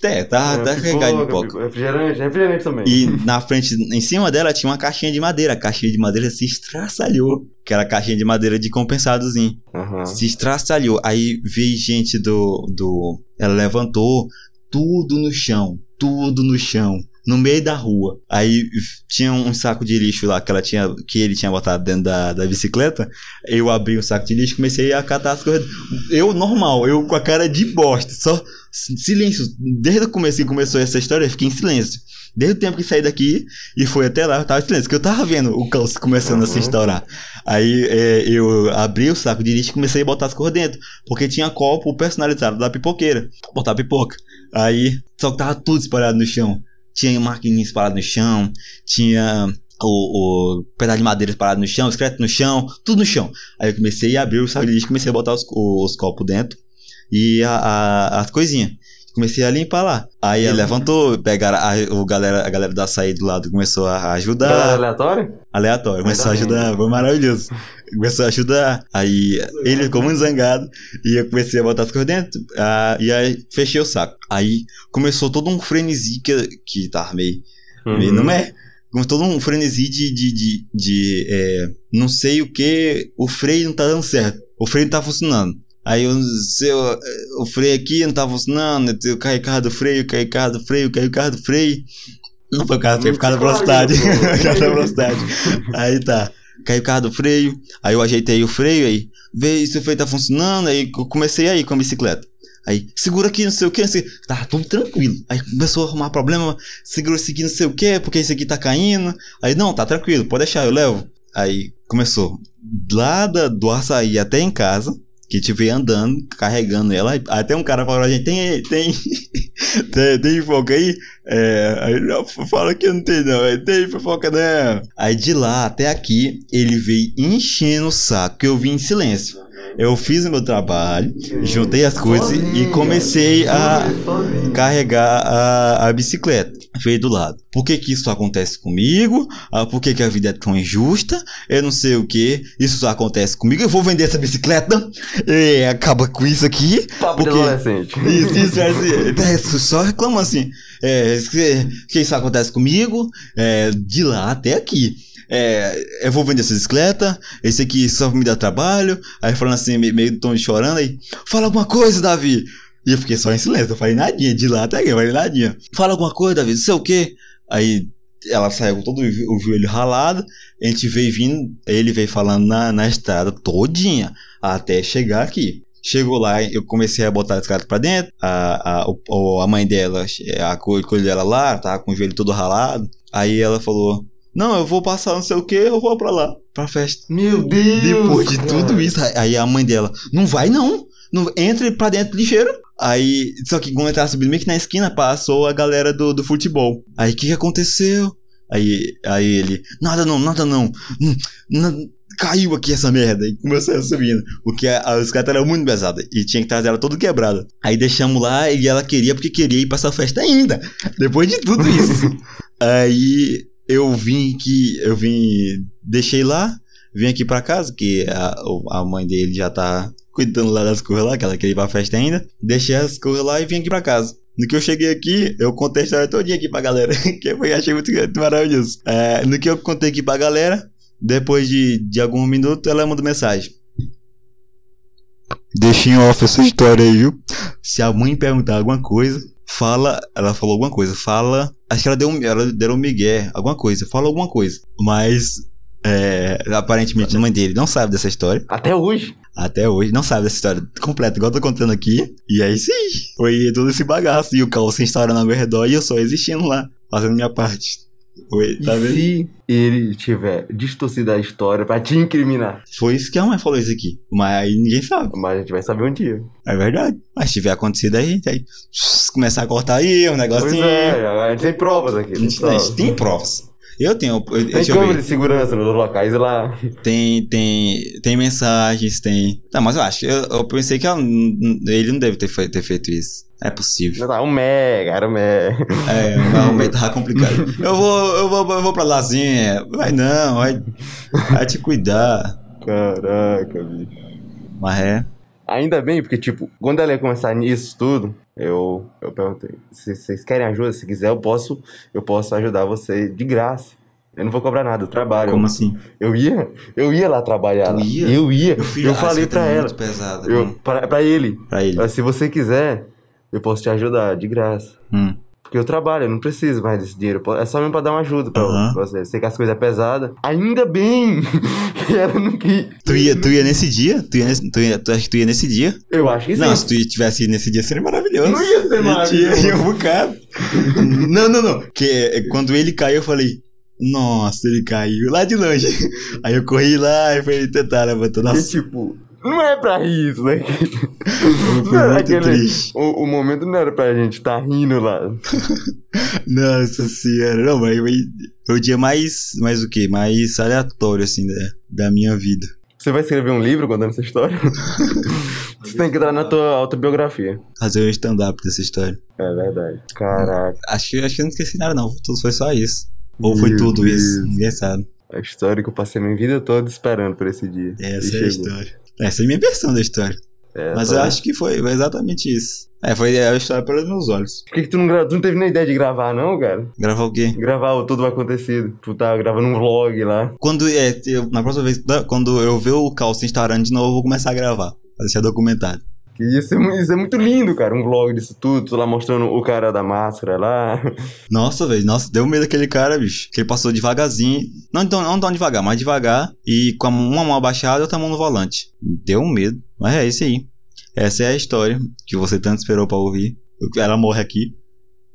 S1: É, tá, tá
S2: É,
S1: carregado de pipoca.
S2: pipoca. Refrigerante, refrigerante também.
S1: E na frente, em cima dela, tinha uma caixinha de madeira. A caixinha de madeira se estraçalhou. Que era a caixinha de madeira de compensadozinho.
S2: Aham.
S1: Se estraçalhou. Aí veio gente do, do. Ela levantou tudo no chão. Tudo no chão. No meio da rua. Aí f- tinha um saco de lixo lá que, ela tinha, que ele tinha botado dentro da, da bicicleta. Eu abri o saco de lixo e comecei a catar as coisas. Eu, normal, eu com a cara de bosta. Só si- silêncio. Desde o começo que começou essa história, eu fiquei em silêncio. Desde o tempo que saí daqui e foi até lá, eu tava em silêncio, porque eu tava vendo o caos começando a se
S2: Uhum.
S1: instaurar. Aí é, eu abri o saco de lixo e comecei a botar as coisas dentro, porque tinha copo personalizado da pipoqueira, pra botar pipoca. Aí, só que tava tudo espalhado no chão. Tinha maquininha espalhada no chão, tinha o, o pedaço de madeira espalhado no chão, escrito no chão, tudo no chão. Aí eu comecei a abrir o saco de lixo, comecei a botar os, os copos dentro e a- a- as coisinhas. Comecei a limpar lá. Aí ele levantou, pegaram a, o galera, a galera da saída do lado começou a
S2: Galera
S1: ajudar.
S2: aleatória?
S1: Aleatório, começou a
S2: Ainda bem.
S1: ajudar, foi maravilhoso. Começou a ajudar. Aí ele ficou muito zangado e eu comecei a botar as coisas dentro. ah, e aí fechei o saco. Aí começou todo um frenesi que, que tá meio
S2: Uhum.
S1: e Não é. Como todo um frenesi de. de, de, de, é, não sei o que. O freio não tá dando certo. O freio não tá funcionando. Aí eu, se eu- o freio aqui não tá funcionando. Eu caí o carro do freio, caí o carro do freio, caí o carro do freio. Não foi o carro do freio, por causa da velocidade. Por causa da velocidade. Aí tá. Caiu o carro do freio. Aí eu ajeitei o freio aí. Vê se o freio tá funcionando. Aí eu comecei aí com a bicicleta. Aí, segura aqui, não sei o que, não sei. Tava tudo tranquilo. Aí começou a arrumar problema segurou esse aqui não sei o que, porque esse aqui tá caindo. Aí, não, tá tranquilo, pode deixar, eu levo. Aí começou. Lá da, do açaí até em casa, que tive andando, carregando ela. Aí Até um cara falou, a gente tem. Tem, tem, tem pipoca aí? É, aí eu falo que não tem, não. Aí, tem pipoca não. Aí de lá até aqui, ele veio enchendo o saco, que eu vim em silêncio. Eu fiz o meu trabalho, juntei as coisas e
S2: Uhum. Sozinho.
S1: comecei a
S2: Sozinho.
S1: carregar a, a bicicleta. Veio do lado. Por que, que isso acontece comigo? Ah, por que, que a vida é tão injusta? Eu não sei o que. Isso só acontece comigo. Eu vou vender essa bicicleta. E acaba com isso aqui.
S2: Papo de
S1: Porque-
S2: adolescente.
S1: Isso, isso, é assim. Tá, isso, Só reclama assim. É, isso que, que isso acontece comigo. é, de lá até aqui. É, eu vou vender essa bicicleta. Esse aqui só me dá trabalho. Aí falando assim, me- meio tom de chorando aí. Fala alguma coisa, Davi. E eu fiquei só em silêncio, eu falei nadinha, de lá até aqui, eu falei nadinha. Fala alguma coisa, Davi, não sei o quê. Aí ela saiu com todo o jo- o joelho ralado, a gente veio vindo, ele veio falando na, na estrada todinha, até chegar aqui. Chegou lá, eu comecei a botar as caras pra dentro, a, a, o- o- a mãe dela, a co- coisa dela lá, tava com o joelho todo ralado. Aí ela falou, não, eu vou passar não sei o que, eu vou pra lá, pra festa.
S2: Meu Deus!
S1: Depois de
S2: cara.
S1: tudo isso, aí a mãe dela, não vai não, não entre pra dentro ligeiro. Aí, só que quando eu tava subindo meio que na esquina, passou a galera do, do futebol. Aí, o que, que aconteceu? Aí, aí ele, nada não, nada não, hum, na- caiu aqui essa merda. E começou a subindo, porque a, a bicicleta era muito pesada e tinha que trazer ela toda quebrada. Aí deixamos lá e ela queria, porque queria ir pra essa festa ainda, depois de tudo isso. aí, eu vim que, eu vim, deixei lá, vim aqui pra casa, que a, o- a mãe dele já tá cuidando lá das coisas lá, que ela queria ir pra festa ainda. Deixei as coisas lá e vim aqui pra casa. No que eu cheguei aqui, eu contei a história todinha aqui pra galera, que eu achei muito, muito maravilhoso. É, no que eu contei aqui pra galera, depois de, de algum minuto, ela mandou mensagem. Deixa em off essa história aí, viu? Se a mãe perguntar alguma coisa, fala. Ela falou alguma coisa, fala. Acho que ela deu um, ela deu um migué, alguma coisa, fala alguma coisa. Mas é, aparentemente a mãe dele não sabe dessa história.
S2: Até hoje.
S1: Até hoje, não sabe dessa história completa, igual eu tô contando aqui. E aí sim, foi todo esse bagaço. E o caos se instaurando ao meu redor e eu só existindo lá, fazendo minha parte. Foi, tá
S2: e
S1: vendo?
S2: se ele tiver distorcido a história pra te incriminar?
S1: Foi isso que a mãe falou isso aqui. Mas aí ninguém sabe.
S2: Mas a gente vai saber um dia.
S1: É verdade. Mas se tiver acontecido aí, aí pss, começar a cortar aí um
S2: Pois
S1: negocinho.
S2: é, a gente tem provas aqui.
S1: A
S2: tem
S1: gente, a
S2: provas.
S1: gente tem provas. Eu tenho. eu-
S2: é. Tem
S1: Deixa eu ver.
S2: câmera de segurança nos locais lá.
S1: Tem, tem, tem mensagens, tem. Não, mas eu acho que eu, eu pensei que ela n- n- ele não deve ter, fe- ter feito isso. Não é possível.
S2: Não, tá, um mega, era um mega.
S1: É, mas o meio tava complicado. Eu vou, eu vou, eu vou pra Lazinha. é. Vai não, vai, vai te cuidar.
S2: Caraca, bicho.
S1: Mas é.
S2: Ainda bem, porque, tipo, quando ela ia começar nisso tudo, eu, eu perguntei: se vocês querem ajuda? Se quiser, eu posso, eu posso ajudar você de graça. Eu não vou cobrar nada, eu trabalho.
S1: Como assim?
S2: Eu ia, eu ia lá trabalhar.
S1: Tu
S2: lá.
S1: ia?
S2: Eu ia. Eu,
S1: fiz- ah,
S2: falei
S1: isso
S2: pra
S1: é
S2: ela,
S1: Muito né? pesado,
S2: eu, pra, pra ele,
S1: Pra ele.
S2: "Mas se você quiser, eu posso te ajudar de graça.
S1: Hum.
S2: Porque eu trabalho, eu não preciso mais desse dinheiro. eu po- É só mesmo pra dar uma ajuda pra
S1: Aham.
S2: pra você. Sei que as coisas é pesada. Ainda bem que ela não quis.
S1: Tu ia, tu ia nesse dia? Tu, ia nesse- tu, ia, tu acha que tu ia nesse dia?
S2: Eu acho que sim.
S1: Não, se tu tivesse ido nesse dia seria maravilhoso.
S2: Não ia ser maravilhoso.
S1: Ia, ia um bocado. não, não, não. Que, é, quando ele caiu, eu falei. Nossa, ele caiu lá de longe. Aí eu corri lá e fui tentar né, levantar.
S2: Porque,
S1: Nossa,
S2: tipo, não é pra rir isso, né?
S1: foi
S2: Não era
S1: muito
S2: aquele-
S1: triste.
S2: O, o momento não era pra gente estar tá rindo lá.
S1: Nossa senhora. Não, mas foi, foi o dia mais. Mais o quê? Mais aleatório, assim, da, da minha vida.
S2: Você vai escrever um livro contando essa história? Isso tem que entrar na tua autobiografia.
S1: Fazer um stand-up dessa história.
S2: É verdade. Caraca,
S1: Acho que, acho que eu não esqueci nada, não. Tudo- Foi só isso. Ou foi
S2: Meu
S1: tudo isso.
S2: Deus.
S1: Ninguém sabe.
S2: a história É que eu passei minha vida toda esperando por esse dia.
S1: Essa
S2: E
S1: é a
S2: chegou.
S1: história. Essa é a minha versão da história.
S2: É,
S1: Mas
S2: tá.
S1: eu acho que foi exatamente isso. É, foi a história pelos meus olhos.
S2: Por que, que tu não gra... Tu não teve nem ideia de gravar, não, cara?
S1: Gravar o quê?
S2: Gravar o Tudo Acontecido. Tu tá gravando um vlog lá.
S1: Quando é, eu- na próxima vez, da- quando eu ver o Cal se instaurando de novo, eu vou começar a gravar. Pra deixar documentado.
S2: Que ia ser, mu- isso é muito lindo, cara. Um vlog disso tudo. Tu lá mostrando o cara da máscara lá.
S1: Nossa, velho, nossa, deu medo aquele cara, bicho. Que ele passou devagarzinho. Não tão, não tão devagar, mas devagar. E com a mão- uma mão abaixada e outra mão no volante. Deu um medo. Mas é isso aí. Essa é a história que você tanto esperou pra ouvir. Ela morre aqui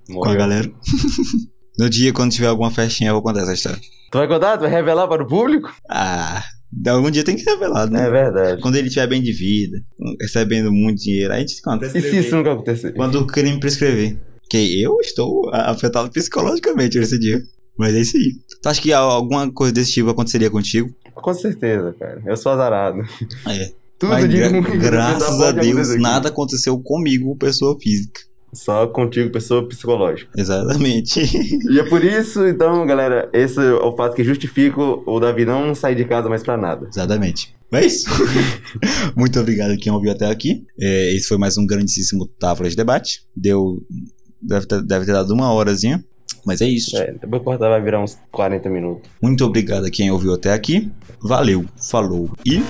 S1: com a galera. no dia, quando tiver alguma festinha, eu vou contar essa história.
S2: Tu vai contar? Tu vai revelar para o público?
S1: Ah, algum dia tem que revelar, né?
S2: É verdade.
S1: Quando ele tiver bem de vida, recebendo muito dinheiro, aí a gente conta.
S2: E se isso nunca acontecer?
S1: Quando o crime prescrever. Que eu estou a- afetado psicologicamente nesse dia. Mas é isso aí. Tu acha que al- alguma coisa desse tipo aconteceria contigo?
S2: Com certeza, cara. Eu sou azarado.
S1: É.
S2: Tudo
S1: Mas
S2: de
S1: gra-
S2: ruim que você
S1: graças
S2: pensar
S1: a
S2: pode
S1: Deus,
S2: acontecer aqui.
S1: nada aconteceu comigo, pessoa física.
S2: Só contigo, pessoa psicológica.
S1: Exatamente.
S2: E é por isso, então, galera, esse é o fato que justifica o Davi não sair de casa mais pra nada.
S1: Exatamente. Mas É isso. Muito obrigado a quem ouviu até aqui. É, esse foi mais um grandíssimo Távola de Debate. Deu. Deve ter, deve ter dado uma horazinha. Mas é isso.
S2: É, depois cortar vai virar uns 40 minutos.
S1: Muito obrigado a quem ouviu até aqui. Valeu, falou e.